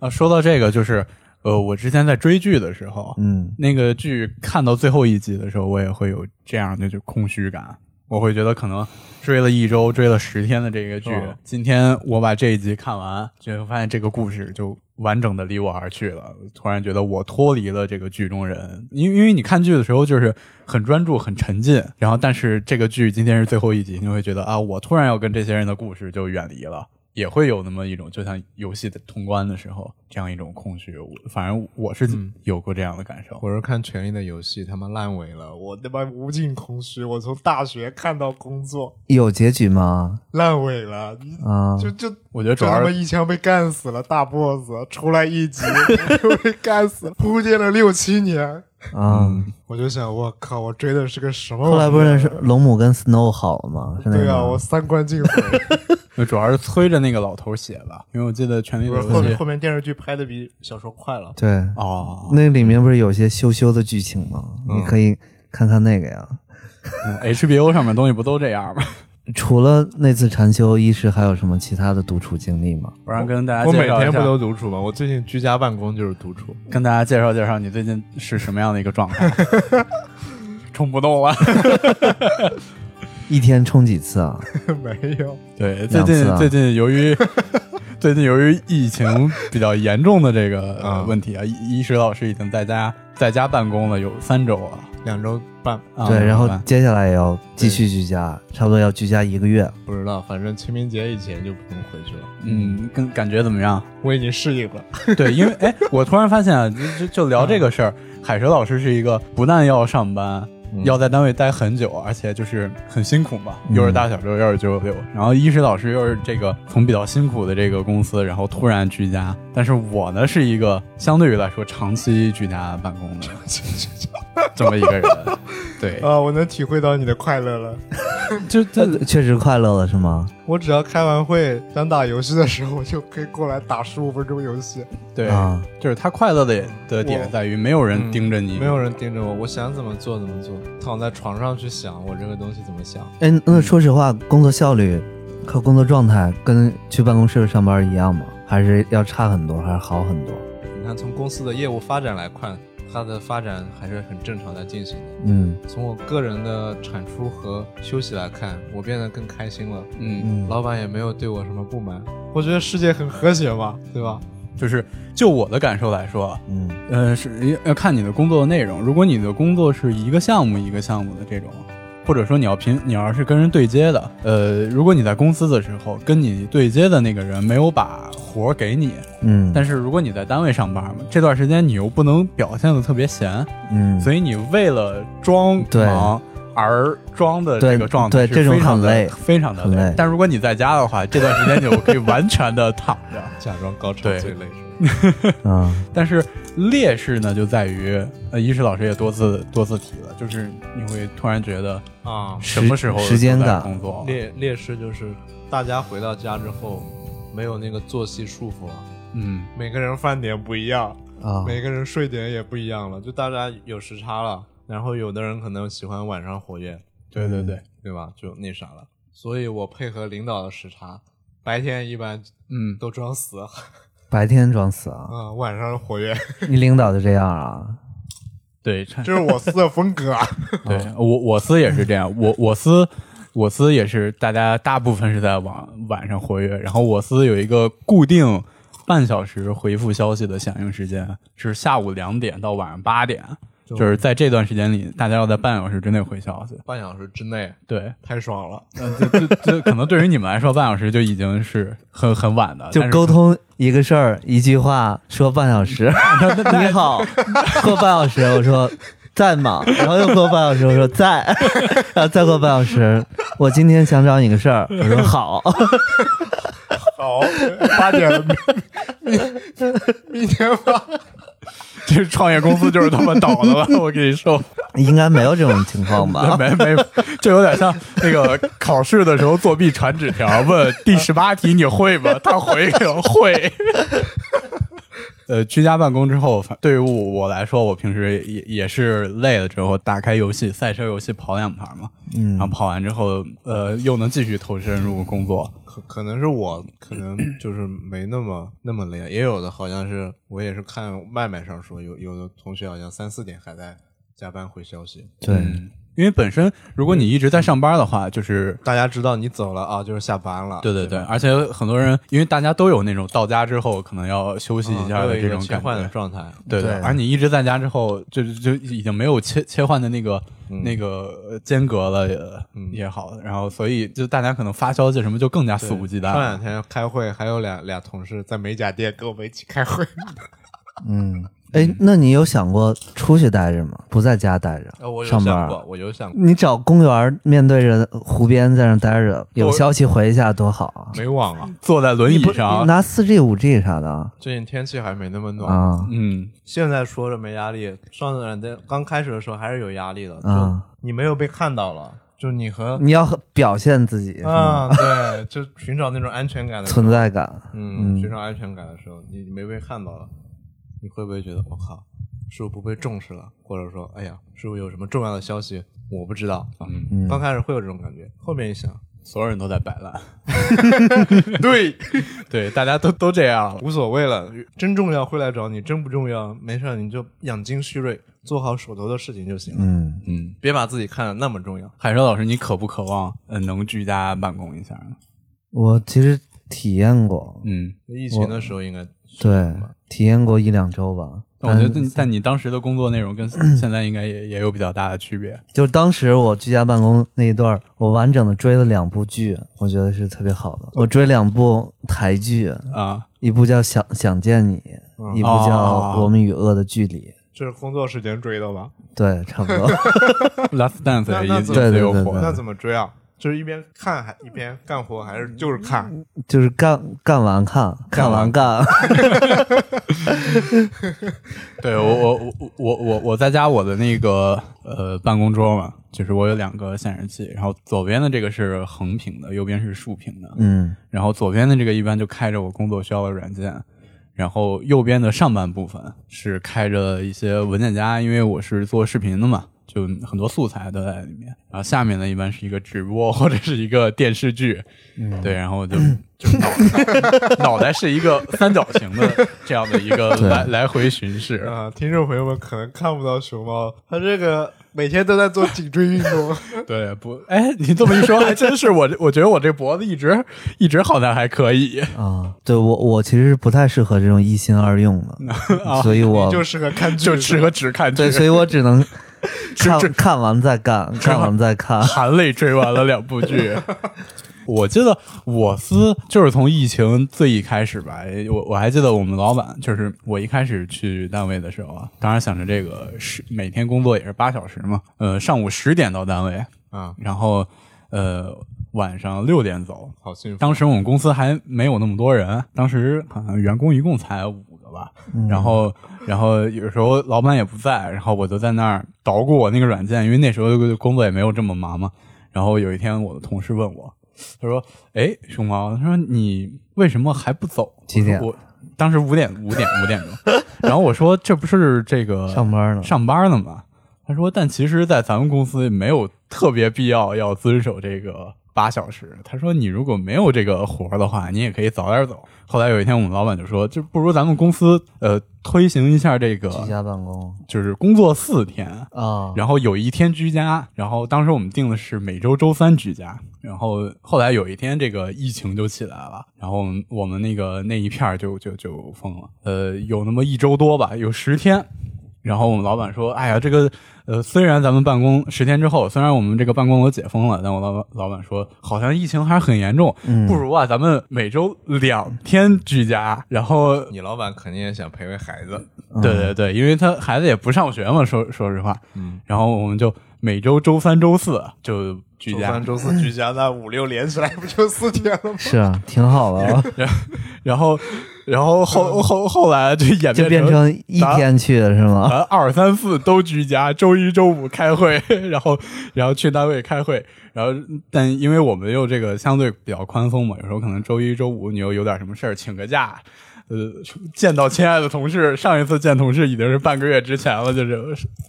[SPEAKER 3] 啊，说到这个，就是呃，我之前在追剧的时候，
[SPEAKER 2] 嗯，
[SPEAKER 3] 那个剧看到最后一集的时候，我也会有这样的就空虚感，我会觉得可能追了一周、追了十天的这个剧，
[SPEAKER 1] 嗯
[SPEAKER 3] 今天我把这一集看完，就会发现这个故事就完整的离我而去了。突然觉得我脱离了这个剧中人，因为因为你看剧的时候就是很专注、很沉浸，然后但是这个剧今天是最后一集，你会觉得啊，我突然要跟这些人的故事就远离了。也会有那么一种，就像游戏的通关的时候，这样一种空虚。我反正我是有过这样的感受。
[SPEAKER 1] 我是看《权力的游戏》，他妈烂尾了，我
[SPEAKER 4] 我他妈无尽空虚。我从大学看到工作
[SPEAKER 2] 有结局吗？
[SPEAKER 4] 烂尾了，你
[SPEAKER 2] 啊，
[SPEAKER 4] 就就
[SPEAKER 3] 我觉得主
[SPEAKER 4] 这他
[SPEAKER 3] 要
[SPEAKER 4] 妈
[SPEAKER 3] 是
[SPEAKER 4] 一枪被干死了，大 boss 出来一集 就被干死了，铺垫了六七年。
[SPEAKER 2] 啊，
[SPEAKER 4] 我就想，我靠，我追的是个什么玩意
[SPEAKER 2] 后
[SPEAKER 4] 儿？
[SPEAKER 2] 来不是是龙母跟 Snow 好了吗？是那
[SPEAKER 4] 对啊，
[SPEAKER 2] 个
[SPEAKER 4] 我
[SPEAKER 2] 吗
[SPEAKER 4] 三观尽毁。
[SPEAKER 3] 主要是催着那个老头写吧，因为我记得《权力
[SPEAKER 4] 不
[SPEAKER 3] 的
[SPEAKER 4] 是
[SPEAKER 3] 游
[SPEAKER 4] 后
[SPEAKER 3] 戏
[SPEAKER 4] 面》后面电视剧拍的比小说快了。
[SPEAKER 2] 对，
[SPEAKER 3] 哦
[SPEAKER 2] 那里面不是有些羞羞的剧情吗？
[SPEAKER 4] 嗯
[SPEAKER 2] 你可以看看那个呀。
[SPEAKER 3] 嗯，HBO 上面东西不都这样吗？
[SPEAKER 2] 除了那次禅修，一是还有什么其他的独处经历吗？
[SPEAKER 3] 不然跟大家
[SPEAKER 1] 我
[SPEAKER 3] 介
[SPEAKER 1] 每
[SPEAKER 3] 绍
[SPEAKER 1] 天
[SPEAKER 3] 一
[SPEAKER 1] 不
[SPEAKER 3] 下，
[SPEAKER 1] 都独处吗？我最近居家办公就是独处。
[SPEAKER 3] 跟大家介绍介绍你最近是什么样的一个状态，冲不动了。
[SPEAKER 2] 一天冲几次啊？
[SPEAKER 4] 没有，
[SPEAKER 3] 对，最
[SPEAKER 2] 两次
[SPEAKER 3] 近、
[SPEAKER 2] 啊
[SPEAKER 3] 最近由于最近由于疫情比较严重的这个呃
[SPEAKER 1] 嗯
[SPEAKER 3] 问题啊，一一石老师已经在家在家办公了有三周了。
[SPEAKER 1] 两周半
[SPEAKER 3] 啊
[SPEAKER 2] 对，然后
[SPEAKER 3] 怎么办
[SPEAKER 2] 接下来也要继续居家，差不多要居家一个月。
[SPEAKER 1] 不知道，反正清明节以前就不用回去了。
[SPEAKER 3] 嗯，跟感觉怎么样？
[SPEAKER 4] 我已经适应了。
[SPEAKER 3] 对，因为哎，我突然发现啊，就就就聊这个事儿，海蛇老师是一个不但要上班，要在单位待很久，而且就是很辛苦嘛，又是大小周，又是九九六。然后一石老师又是这个从比较辛苦的这个公司，然后突然居家。但是我呢，是一个相对于来说长期居家办公的这么一个人。对，
[SPEAKER 4] 啊，我能体会到你的快乐了。
[SPEAKER 3] 就这
[SPEAKER 2] 呃确实快乐了是吗？
[SPEAKER 4] 我只要开完会想打游戏的时候，我就可以过来打十五分钟游戏。
[SPEAKER 3] 对
[SPEAKER 2] 啊，
[SPEAKER 3] 就是他快乐的的点
[SPEAKER 4] 我
[SPEAKER 3] 在于没有人盯着你，
[SPEAKER 1] 没有人盯着我，我想怎么做怎么做，躺在床上去想我这个东西怎么想。
[SPEAKER 2] 哎，那说实话，工作效率和工作状态跟去办公室上班一样吗？还是要差很多，还是好很多？
[SPEAKER 1] 你看，从公司的业务发展来看，它的发展还是很正常在进行的。
[SPEAKER 2] 嗯
[SPEAKER 1] 从我个人的产出和休息来看，我变得更开心了。
[SPEAKER 3] 嗯
[SPEAKER 2] 嗯
[SPEAKER 1] 老板也没有对我什么不满，我觉得世界很和谐嘛，对吧？
[SPEAKER 3] 就是就我的感受来说啊，
[SPEAKER 2] 嗯，
[SPEAKER 3] 呃，是要看你的工作的内容。如果你的工作是一个项目一个项目的这种，或者说你要平，你要是跟人对接的，呃，如果你在公司的时候跟你对接的那个人没有把活儿给你，
[SPEAKER 2] 嗯，
[SPEAKER 3] 但是如果你在单位上班嘛，这段时间你又不能表现的特别闲，
[SPEAKER 2] 嗯，
[SPEAKER 3] 所以你为了装
[SPEAKER 2] 对
[SPEAKER 3] 忙而装的这个状态
[SPEAKER 2] 对
[SPEAKER 3] 是
[SPEAKER 2] 对这种
[SPEAKER 3] 非常
[SPEAKER 2] 很
[SPEAKER 3] 的
[SPEAKER 2] 累
[SPEAKER 3] 非常的
[SPEAKER 2] 很累
[SPEAKER 3] 但如果你在家的话，这段时间你就可以完全的躺着。
[SPEAKER 1] 假装高潮
[SPEAKER 3] 对
[SPEAKER 1] 最累是吧？
[SPEAKER 2] 啊，
[SPEAKER 3] 但是劣势呢，就在于，呃，一是老师也多次多次提了，就是你会突然觉得
[SPEAKER 1] 啊，
[SPEAKER 3] 什么时候
[SPEAKER 2] 时间
[SPEAKER 3] 都在
[SPEAKER 2] 感
[SPEAKER 3] 工作，
[SPEAKER 1] 劣劣势就是大家回到家之后，没有那个作息束缚了，
[SPEAKER 3] 嗯，
[SPEAKER 1] 每个人饭点不一样，
[SPEAKER 2] 啊，
[SPEAKER 1] 每个人睡点也不一样了，就大家有时差了。然后有的人可能喜欢晚上活跃，
[SPEAKER 3] 对对对，
[SPEAKER 1] 对吧？就那啥了。所以我配合领导的时差，白天一般
[SPEAKER 3] 嗯，
[SPEAKER 1] 都装死 啊、
[SPEAKER 2] 白天装 死啊，
[SPEAKER 1] 晚上活跃，
[SPEAKER 2] 你领导就这样啊，
[SPEAKER 3] 对，这
[SPEAKER 4] 这是我司的风格啊。
[SPEAKER 3] 对我我司也是这样，我我司我司也是，大家大部分是在晚晚上活跃，然后我司有一个固定半小时回复消息的响应时间，是下午两点到晚上八点，就是在这段时间里，大家要在半小时之内回消息。
[SPEAKER 1] 半小时之内
[SPEAKER 3] 对，
[SPEAKER 1] 太爽了。
[SPEAKER 3] 呃这这这可能对于你们来说，半小时就已经是很很晚
[SPEAKER 1] 啊
[SPEAKER 3] 的，
[SPEAKER 2] 就
[SPEAKER 3] 但是
[SPEAKER 2] 沟通一个事儿，一句话说半小时， 你好，过半小时，我说在吗？然后又过半小时，我说在， 然后再过半小时，我今天想找你个事儿，我说好，
[SPEAKER 4] 好，八点了，明明天吧。
[SPEAKER 3] 这创业公司就是这么倒的了，我跟你说。
[SPEAKER 2] 应该没有这种情况吧？
[SPEAKER 3] 没没，这有点像那个考试的时候作弊传纸条，问第十八题你会吗？他回给我会。呃，居家办公之后，反对于我我来说，我平时也也是累了之后，打开游戏赛车游戏跑两盘嘛，然
[SPEAKER 1] 啊
[SPEAKER 3] 后
[SPEAKER 2] 嗯
[SPEAKER 3] 跑完之后，呃，又能继续投身入工作。
[SPEAKER 1] 可可能是 我，可能就是没那么那么累，也有的好像是我也是看外卖上说，有有的同学好像三四点还在加班回消息。
[SPEAKER 2] 对，
[SPEAKER 3] 因为本身如果你一直在上班的话，就是
[SPEAKER 1] 大家知道你走了啊，就是下班了。
[SPEAKER 3] 对对对，而且很多人因为大家都有那种到家之后可能要休息
[SPEAKER 1] 嗯，
[SPEAKER 3] 一下
[SPEAKER 1] 都有
[SPEAKER 3] 的
[SPEAKER 1] 一
[SPEAKER 3] 这
[SPEAKER 1] 个
[SPEAKER 3] 种
[SPEAKER 1] 切
[SPEAKER 3] 感
[SPEAKER 1] 换的
[SPEAKER 3] 觉，
[SPEAKER 1] 状态。
[SPEAKER 3] 对
[SPEAKER 2] 对
[SPEAKER 3] 而你一直在家之后，就就就已经没有切切换的那个、那个呃间隔了也、也好，然后所以就大家可能发消息什么就更加肆无忌惮
[SPEAKER 1] 上
[SPEAKER 3] 了。
[SPEAKER 1] 两天开会，还有俩俩同事在美甲店跟我们一起开 会。
[SPEAKER 2] 嗯，哎，那你有想过出去待着吗？不在家待
[SPEAKER 1] 呃
[SPEAKER 2] 着，
[SPEAKER 1] 我有
[SPEAKER 2] 上
[SPEAKER 1] 想
[SPEAKER 2] 班
[SPEAKER 1] 过，。我有想过，
[SPEAKER 2] 你找公园面对着湖边在那待着，有消息回一下多好啊！
[SPEAKER 1] 没网啊，
[SPEAKER 3] 坐在轮椅
[SPEAKER 2] 你
[SPEAKER 3] 上，
[SPEAKER 2] 拿四 G、五 G 啥的啊
[SPEAKER 1] 最近天气还没那么暖。
[SPEAKER 2] 啊，
[SPEAKER 3] 嗯，
[SPEAKER 1] 现在说着没压力，上两天刚开始的时候还是有压力的，就
[SPEAKER 2] 啊
[SPEAKER 1] 你没有被看到了，就你和
[SPEAKER 2] 你要表现自己是吗
[SPEAKER 1] 啊，对，就寻找那种安全感的时候
[SPEAKER 2] 存在感，
[SPEAKER 1] 嗯，
[SPEAKER 2] 嗯
[SPEAKER 1] 寻找安全感的时候，你没被看到了，你会不会觉得我靠，是不是不被重视了？或者说，哎呀，是不是有什么重要的消息我不知道？啊
[SPEAKER 2] 嗯
[SPEAKER 1] 刚开始会有这种感觉，后面一想，
[SPEAKER 3] 所有人都在摆 烂。对对，大家都都这样了。
[SPEAKER 1] 无所谓了，真重要会来找你，真不重要没事儿，你就养精蓄锐，做好手头的事情就行了，
[SPEAKER 2] 嗯，
[SPEAKER 3] 嗯，
[SPEAKER 1] 别把自己看得那么重要。
[SPEAKER 3] 海生老师，你渴不渴望呃能居家办公一下呢？
[SPEAKER 2] 我其实体验过，
[SPEAKER 3] 嗯，
[SPEAKER 1] 疫情的时候应该
[SPEAKER 2] 对，体验过一两周吧。
[SPEAKER 3] 我觉得你，但你当时的工作内容跟 现在应该也也有比较大的区别。
[SPEAKER 2] 就是当时我居家办公那一段儿，我完整的追了两部剧，我觉得是特别好的。我追两部台剧，
[SPEAKER 3] 啊，
[SPEAKER 2] 一部叫《想想见你》，一部叫
[SPEAKER 3] 哦
[SPEAKER 2] 《我们与恶的距离》。
[SPEAKER 4] 这是工作时间追的吧？
[SPEAKER 2] 对，差不 多。
[SPEAKER 3] Last Dance
[SPEAKER 4] 那
[SPEAKER 3] 也
[SPEAKER 4] 那
[SPEAKER 3] 一
[SPEAKER 4] 怎
[SPEAKER 2] 么
[SPEAKER 3] 直
[SPEAKER 2] 对
[SPEAKER 3] 有
[SPEAKER 2] 对对
[SPEAKER 3] 火
[SPEAKER 4] 那
[SPEAKER 3] 的，
[SPEAKER 4] 怎么追啊？就是一边看还一边干活，还
[SPEAKER 2] 嗯
[SPEAKER 4] 是就是看？
[SPEAKER 2] 就是干干完看，看完干，
[SPEAKER 3] 对我我我我我我在家我的那个呃办公桌嘛，就是我有两个显示器，然后左边的这个是横屏的，右边是竖屏的，
[SPEAKER 2] 嗯
[SPEAKER 3] 然后左边的这个一般就开着我工作需要的软件，然后右边的上半部分是开着一些文件夹，因为我是做视频的嘛，就很多素材都在里面。然后下面呢，一般是一个直播或者是一个电视剧，对，然后就就 脑袋脑袋是一个三角形的这样的一个
[SPEAKER 2] 对
[SPEAKER 3] 来来回巡视。
[SPEAKER 4] 啊，听众朋友们可能看不到熊猫，他这个每天都在做颈椎运 动，
[SPEAKER 3] 对，不，哎，你这么一说，还真是我这，我觉得我这脖子一直一直好像还可以。
[SPEAKER 2] 啊，对我我其实是不太适合这种一心二用 的，所以我
[SPEAKER 4] 就适合看剧，
[SPEAKER 3] 就适合只看剧
[SPEAKER 2] 对，，所以我只能看
[SPEAKER 3] 这
[SPEAKER 2] 看完再干，看完再看。
[SPEAKER 3] 含泪追完了两部剧。我记得我司就是从疫情最一开始吧，我我还记得我们老板，就是我一开始去单位的时候啊，当然想着这个是每天工作也是八小时嘛，呃，上午十点到单位，
[SPEAKER 1] 啊，
[SPEAKER 3] 然后呃晚上六点走，
[SPEAKER 1] 好幸福。
[SPEAKER 3] 当时我们公司还没有那么多人，当时好像员工一共才五个吧。
[SPEAKER 2] 嗯
[SPEAKER 3] 然后，然后有时候老板也不在，然后我就在那儿捣鼓我那个软件，因为那时候工作也没有这么忙嘛。然后有一天，我的同事问我，他说：“哎，熊猫，他说你为什么还不走？”
[SPEAKER 2] 几点
[SPEAKER 3] 我说我当时五点，五点，五点钟。 然后我说：“这不是这个
[SPEAKER 2] 上班呢
[SPEAKER 3] 上班呢嘛。他说，但其实，在咱们公司没有特别必要要遵守这个八小时。他说，你如果没有这个活儿的话，你也可以早点走。后来有一天，我们老板就说，就不如咱们公司呃推行一下这
[SPEAKER 2] 居
[SPEAKER 3] 个，
[SPEAKER 2] 家办公
[SPEAKER 3] 就是工作四天。
[SPEAKER 2] 啊，
[SPEAKER 3] 然后有一天居家，然后当时我们定的是每周周三居家，然后后来有一天这个疫情就起来了，然后我们我们那个那一片儿就就就封了，呃，有那么一周多吧，有十天，然后我们老板说：“哎呀，这个呃，虽然咱们办公十天之后，虽然我们这个办公楼解封了，但我老板老板说，好像疫情还是很严重，不如啊，咱们每周两天居家，然后
[SPEAKER 1] 你老板肯定也想陪陪孩子，
[SPEAKER 3] 对对对，因为他孩子也不上学嘛，说说实话，嗯，然后我们就每周周三、周四就居
[SPEAKER 1] 周
[SPEAKER 3] 家
[SPEAKER 1] 三，周四居家，那
[SPEAKER 4] 五六连起来不就四天了吗？
[SPEAKER 2] 是啊，挺好的啊，
[SPEAKER 3] 然后然 后后后后来就演
[SPEAKER 2] 就变
[SPEAKER 3] 变
[SPEAKER 2] 成一
[SPEAKER 3] 咱
[SPEAKER 2] 天去的是吗？
[SPEAKER 3] 啊，二三四都居家，周一周五开会， 然后然后去单位开会，然后但因为我们又这个相对比较宽松嘛，有时候可能周一周五你又有点什么事儿请个假，呃，见到亲爱的同事，上一次见同事已经是半个月之前了，就是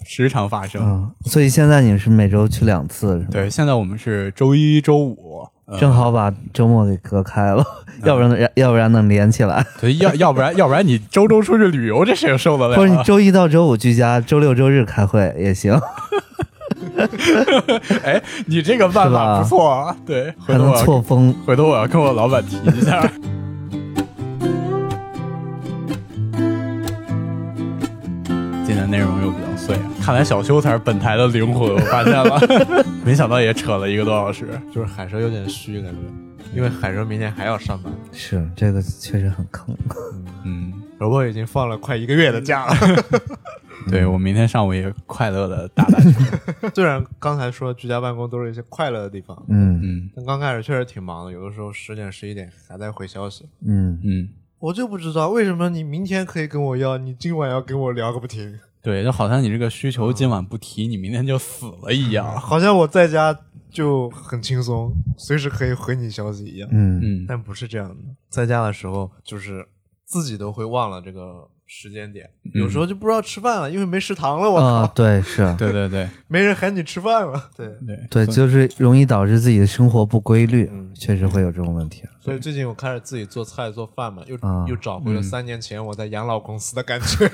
[SPEAKER 3] 时常发生。
[SPEAKER 2] 嗯，所以现在你是每周去两次是吗？
[SPEAKER 3] 对，现在我们是周一周五，呃、
[SPEAKER 2] 正好把周末给隔开了，要不然要不然能连起来。
[SPEAKER 3] 对，要要不然要不然你周周出去旅游，这谁受得了啊？
[SPEAKER 2] 或者你周一到周五居家，周六周日开会也行，
[SPEAKER 3] 哎，你这个办
[SPEAKER 2] 是吧
[SPEAKER 3] 法不错啊，对，回
[SPEAKER 2] 还
[SPEAKER 3] 头
[SPEAKER 2] 能
[SPEAKER 3] 我要
[SPEAKER 2] 错峰。
[SPEAKER 3] 回头我要跟我老板提一下。 今天内容又比较碎啊，看来小修才是本台的灵魂，我发现了， 没想到也扯了一个多小时。
[SPEAKER 1] 就是海蛇有点虚感觉，因为海蛇明天还要上班。
[SPEAKER 2] 是这个确实很坑。
[SPEAKER 3] 嗯，
[SPEAKER 1] 萝卜已经放了快一个月的假 了，
[SPEAKER 2] 嗯
[SPEAKER 3] 对我明天上午也快乐的打打球。
[SPEAKER 1] 虽然刚才说居家办公都是一些快乐的地方，
[SPEAKER 2] 嗯
[SPEAKER 3] 嗯
[SPEAKER 1] 但刚开始确实挺忙的，有的时候十点十一点还在回消息。
[SPEAKER 2] 嗯，
[SPEAKER 3] 嗯，
[SPEAKER 1] 我就不知道为什么你明天可以跟我要，你今晚要跟我聊个不停。
[SPEAKER 3] 对，就好像你这个需求今晚不提，你明天就死了一样。
[SPEAKER 1] 好像我在家就
[SPEAKER 4] 很轻松，随时可以回你消息一样。
[SPEAKER 2] 嗯，
[SPEAKER 3] 嗯，
[SPEAKER 1] 但不是这样的，在家的时候就是自己都会忘了这个时间点，有时候就不知道吃饭了，因为没食堂了，我
[SPEAKER 2] 啊，对，是，
[SPEAKER 3] 对对对
[SPEAKER 1] 没人喊你吃饭了。对，
[SPEAKER 3] 对
[SPEAKER 2] 对，就是容易导致自己的生活不规律
[SPEAKER 1] 嗯，
[SPEAKER 2] 确实会有这种问题。
[SPEAKER 1] 所以最近我开始自己做菜做饭嘛，又、
[SPEAKER 2] 啊
[SPEAKER 1] 又找回了三年前我在养老公司的感觉。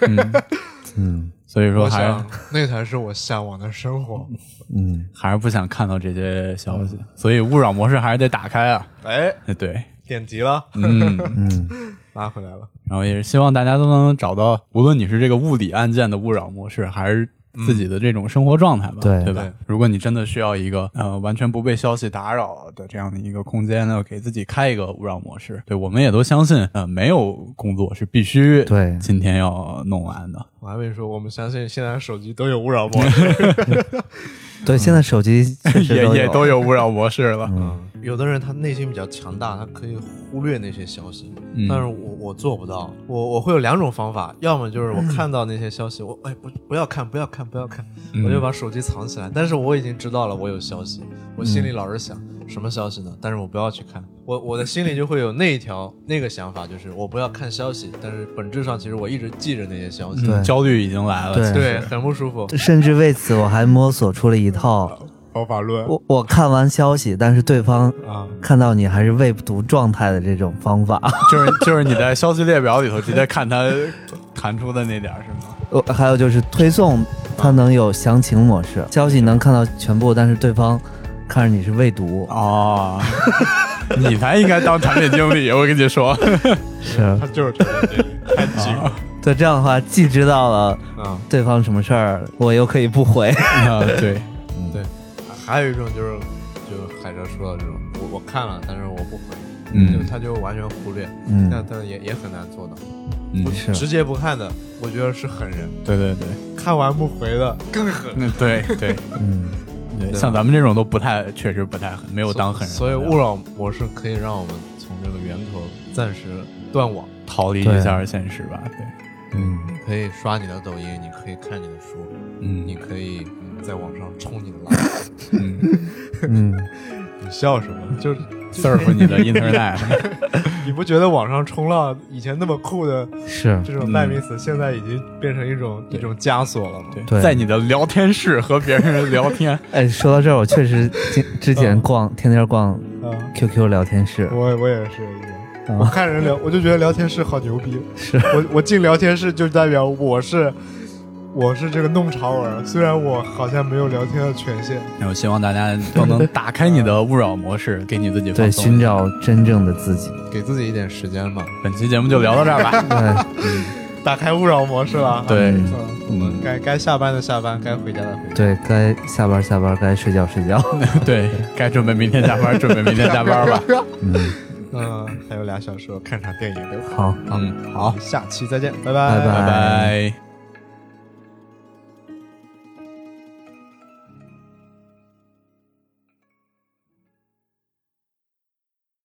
[SPEAKER 2] 嗯
[SPEAKER 3] 所以说
[SPEAKER 1] 我
[SPEAKER 3] 还是
[SPEAKER 1] 想 那才是我向往的生活。
[SPEAKER 2] 嗯，
[SPEAKER 3] 还是不想看到这些消息，所以勿扰模式还是得打开啊。
[SPEAKER 1] 哎，
[SPEAKER 3] 对，
[SPEAKER 1] 点题了，
[SPEAKER 3] 嗯，
[SPEAKER 1] 拉回来了。
[SPEAKER 3] 然后也是希望大家都能找到，无论你是这个物理按键的勿扰模式，还是。自己的这种生活状态吧，
[SPEAKER 2] 对
[SPEAKER 3] 对吧
[SPEAKER 1] 对
[SPEAKER 3] 如果你真的需要一个呃完全不被消息打扰的这样的一个空间呢，给自己开一个勿扰模式。对，我们也都相信，呃，没有工作是必须
[SPEAKER 2] 对
[SPEAKER 3] 今天要弄完的。
[SPEAKER 1] 我还没说，我们相信现在手机都有勿扰模式。
[SPEAKER 2] 对，现在手机确实
[SPEAKER 3] 也也
[SPEAKER 2] 有
[SPEAKER 3] 都有勿扰模式了。嗯，
[SPEAKER 1] 有的人他内心比较强大，他可以忽略那些消息，
[SPEAKER 3] 嗯
[SPEAKER 1] 但是我我做不到，我我会有两种方法，要么就是我看到那些消息，我哎不不要看不要看不要看，我就把手机藏起来，但是我已经知道了我有消息，我心里老是想、什么消息呢？但是我不要去看，我我的心里就会有那一条那个想法，就是我不要看消息，但是本质上其实我一直记着那些消息，
[SPEAKER 2] 对
[SPEAKER 3] 嗯焦虑已经来了。
[SPEAKER 2] 对
[SPEAKER 1] 对，很不舒服。
[SPEAKER 2] 甚至为此我还摸索出了一套，
[SPEAKER 4] 方法论
[SPEAKER 2] 我我看完消息，但是对方
[SPEAKER 4] 啊，
[SPEAKER 2] 看到你还是未读状态的这种方法，
[SPEAKER 3] 就是就是你在消息列表里头直接看它弹出的那点儿是吗？
[SPEAKER 2] 我还有就是推送，它能有详情模式，消息能看到全部，但是对方看着你是未读，
[SPEAKER 4] 啊
[SPEAKER 3] 哦， 你才应该当产品经理，我跟你说。
[SPEAKER 2] 是
[SPEAKER 4] 他就是这样 太精了。
[SPEAKER 2] 啊对这样的话，既知道了
[SPEAKER 1] 啊，
[SPEAKER 2] 对方什么事儿，我又可以不回。
[SPEAKER 3] 啊，对，
[SPEAKER 1] 还有一种就是，就是海哲说的这种，我我看了，但是我不回，就
[SPEAKER 3] 嗯
[SPEAKER 1] 他就完全忽略，
[SPEAKER 2] 嗯
[SPEAKER 1] 那但也也很难做到。
[SPEAKER 3] 嗯
[SPEAKER 1] 不，
[SPEAKER 2] 是
[SPEAKER 1] 直接不看的，我觉得是狠人；
[SPEAKER 3] 对对对，
[SPEAKER 1] 看完不回的更狠。
[SPEAKER 3] 嗯对对
[SPEAKER 2] 嗯，
[SPEAKER 3] 对，像咱们这种都不太，确实不太狠，没有当狠人，
[SPEAKER 1] 所以勿扰模式可以让我们从这个源头暂时断网，
[SPEAKER 3] 逃离一下现实吧。对，
[SPEAKER 4] 嗯
[SPEAKER 1] 你可以刷你的抖音，你可以看你的书，你
[SPEAKER 3] 嗯
[SPEAKER 1] 可以嗯在网上冲你的 垃圾。
[SPEAKER 3] 嗯
[SPEAKER 2] 嗯，
[SPEAKER 1] 你笑什么？就是
[SPEAKER 3] ，surf 你的 internet，
[SPEAKER 1] 你不觉得网上冲浪以前那么酷的
[SPEAKER 2] 是
[SPEAKER 1] 这种代名词，现在已经变成一种一种枷锁了吗？
[SPEAKER 2] 对
[SPEAKER 3] 在你的聊天室和别人聊天，
[SPEAKER 2] 哎，说到这儿，我确实今之前逛天天逛
[SPEAKER 4] 啊，
[SPEAKER 2] QQ 聊天室，
[SPEAKER 4] 我我也是，啊我看人聊，我就觉得聊天室好牛逼。
[SPEAKER 2] 是
[SPEAKER 4] 我我进聊天室就代表我是我是这个弄潮儿，虽然我好像没有聊天的权限。
[SPEAKER 3] 那我希望大家都能打开你的勿扰模式，给你自己
[SPEAKER 2] 对，
[SPEAKER 3] 放松。
[SPEAKER 2] 寻。找真正的自己。
[SPEAKER 1] 给自己一点时间吧。
[SPEAKER 3] 本期节目就聊到这儿吧。
[SPEAKER 2] 对，
[SPEAKER 4] 打开勿扰模式了。
[SPEAKER 3] 对
[SPEAKER 4] 嗯，
[SPEAKER 1] 我们该该下班的下班，该回家的回家。
[SPEAKER 2] 对该下班下班，该睡觉睡觉。
[SPEAKER 3] 对，该准备明天加班，准备明天加班吧。
[SPEAKER 2] 嗯，
[SPEAKER 4] 嗯，还有俩小时，我看场电影对吧？
[SPEAKER 2] 好，
[SPEAKER 3] 嗯，好，
[SPEAKER 4] 下期再见，拜
[SPEAKER 2] 拜
[SPEAKER 4] 拜
[SPEAKER 3] 拜拜。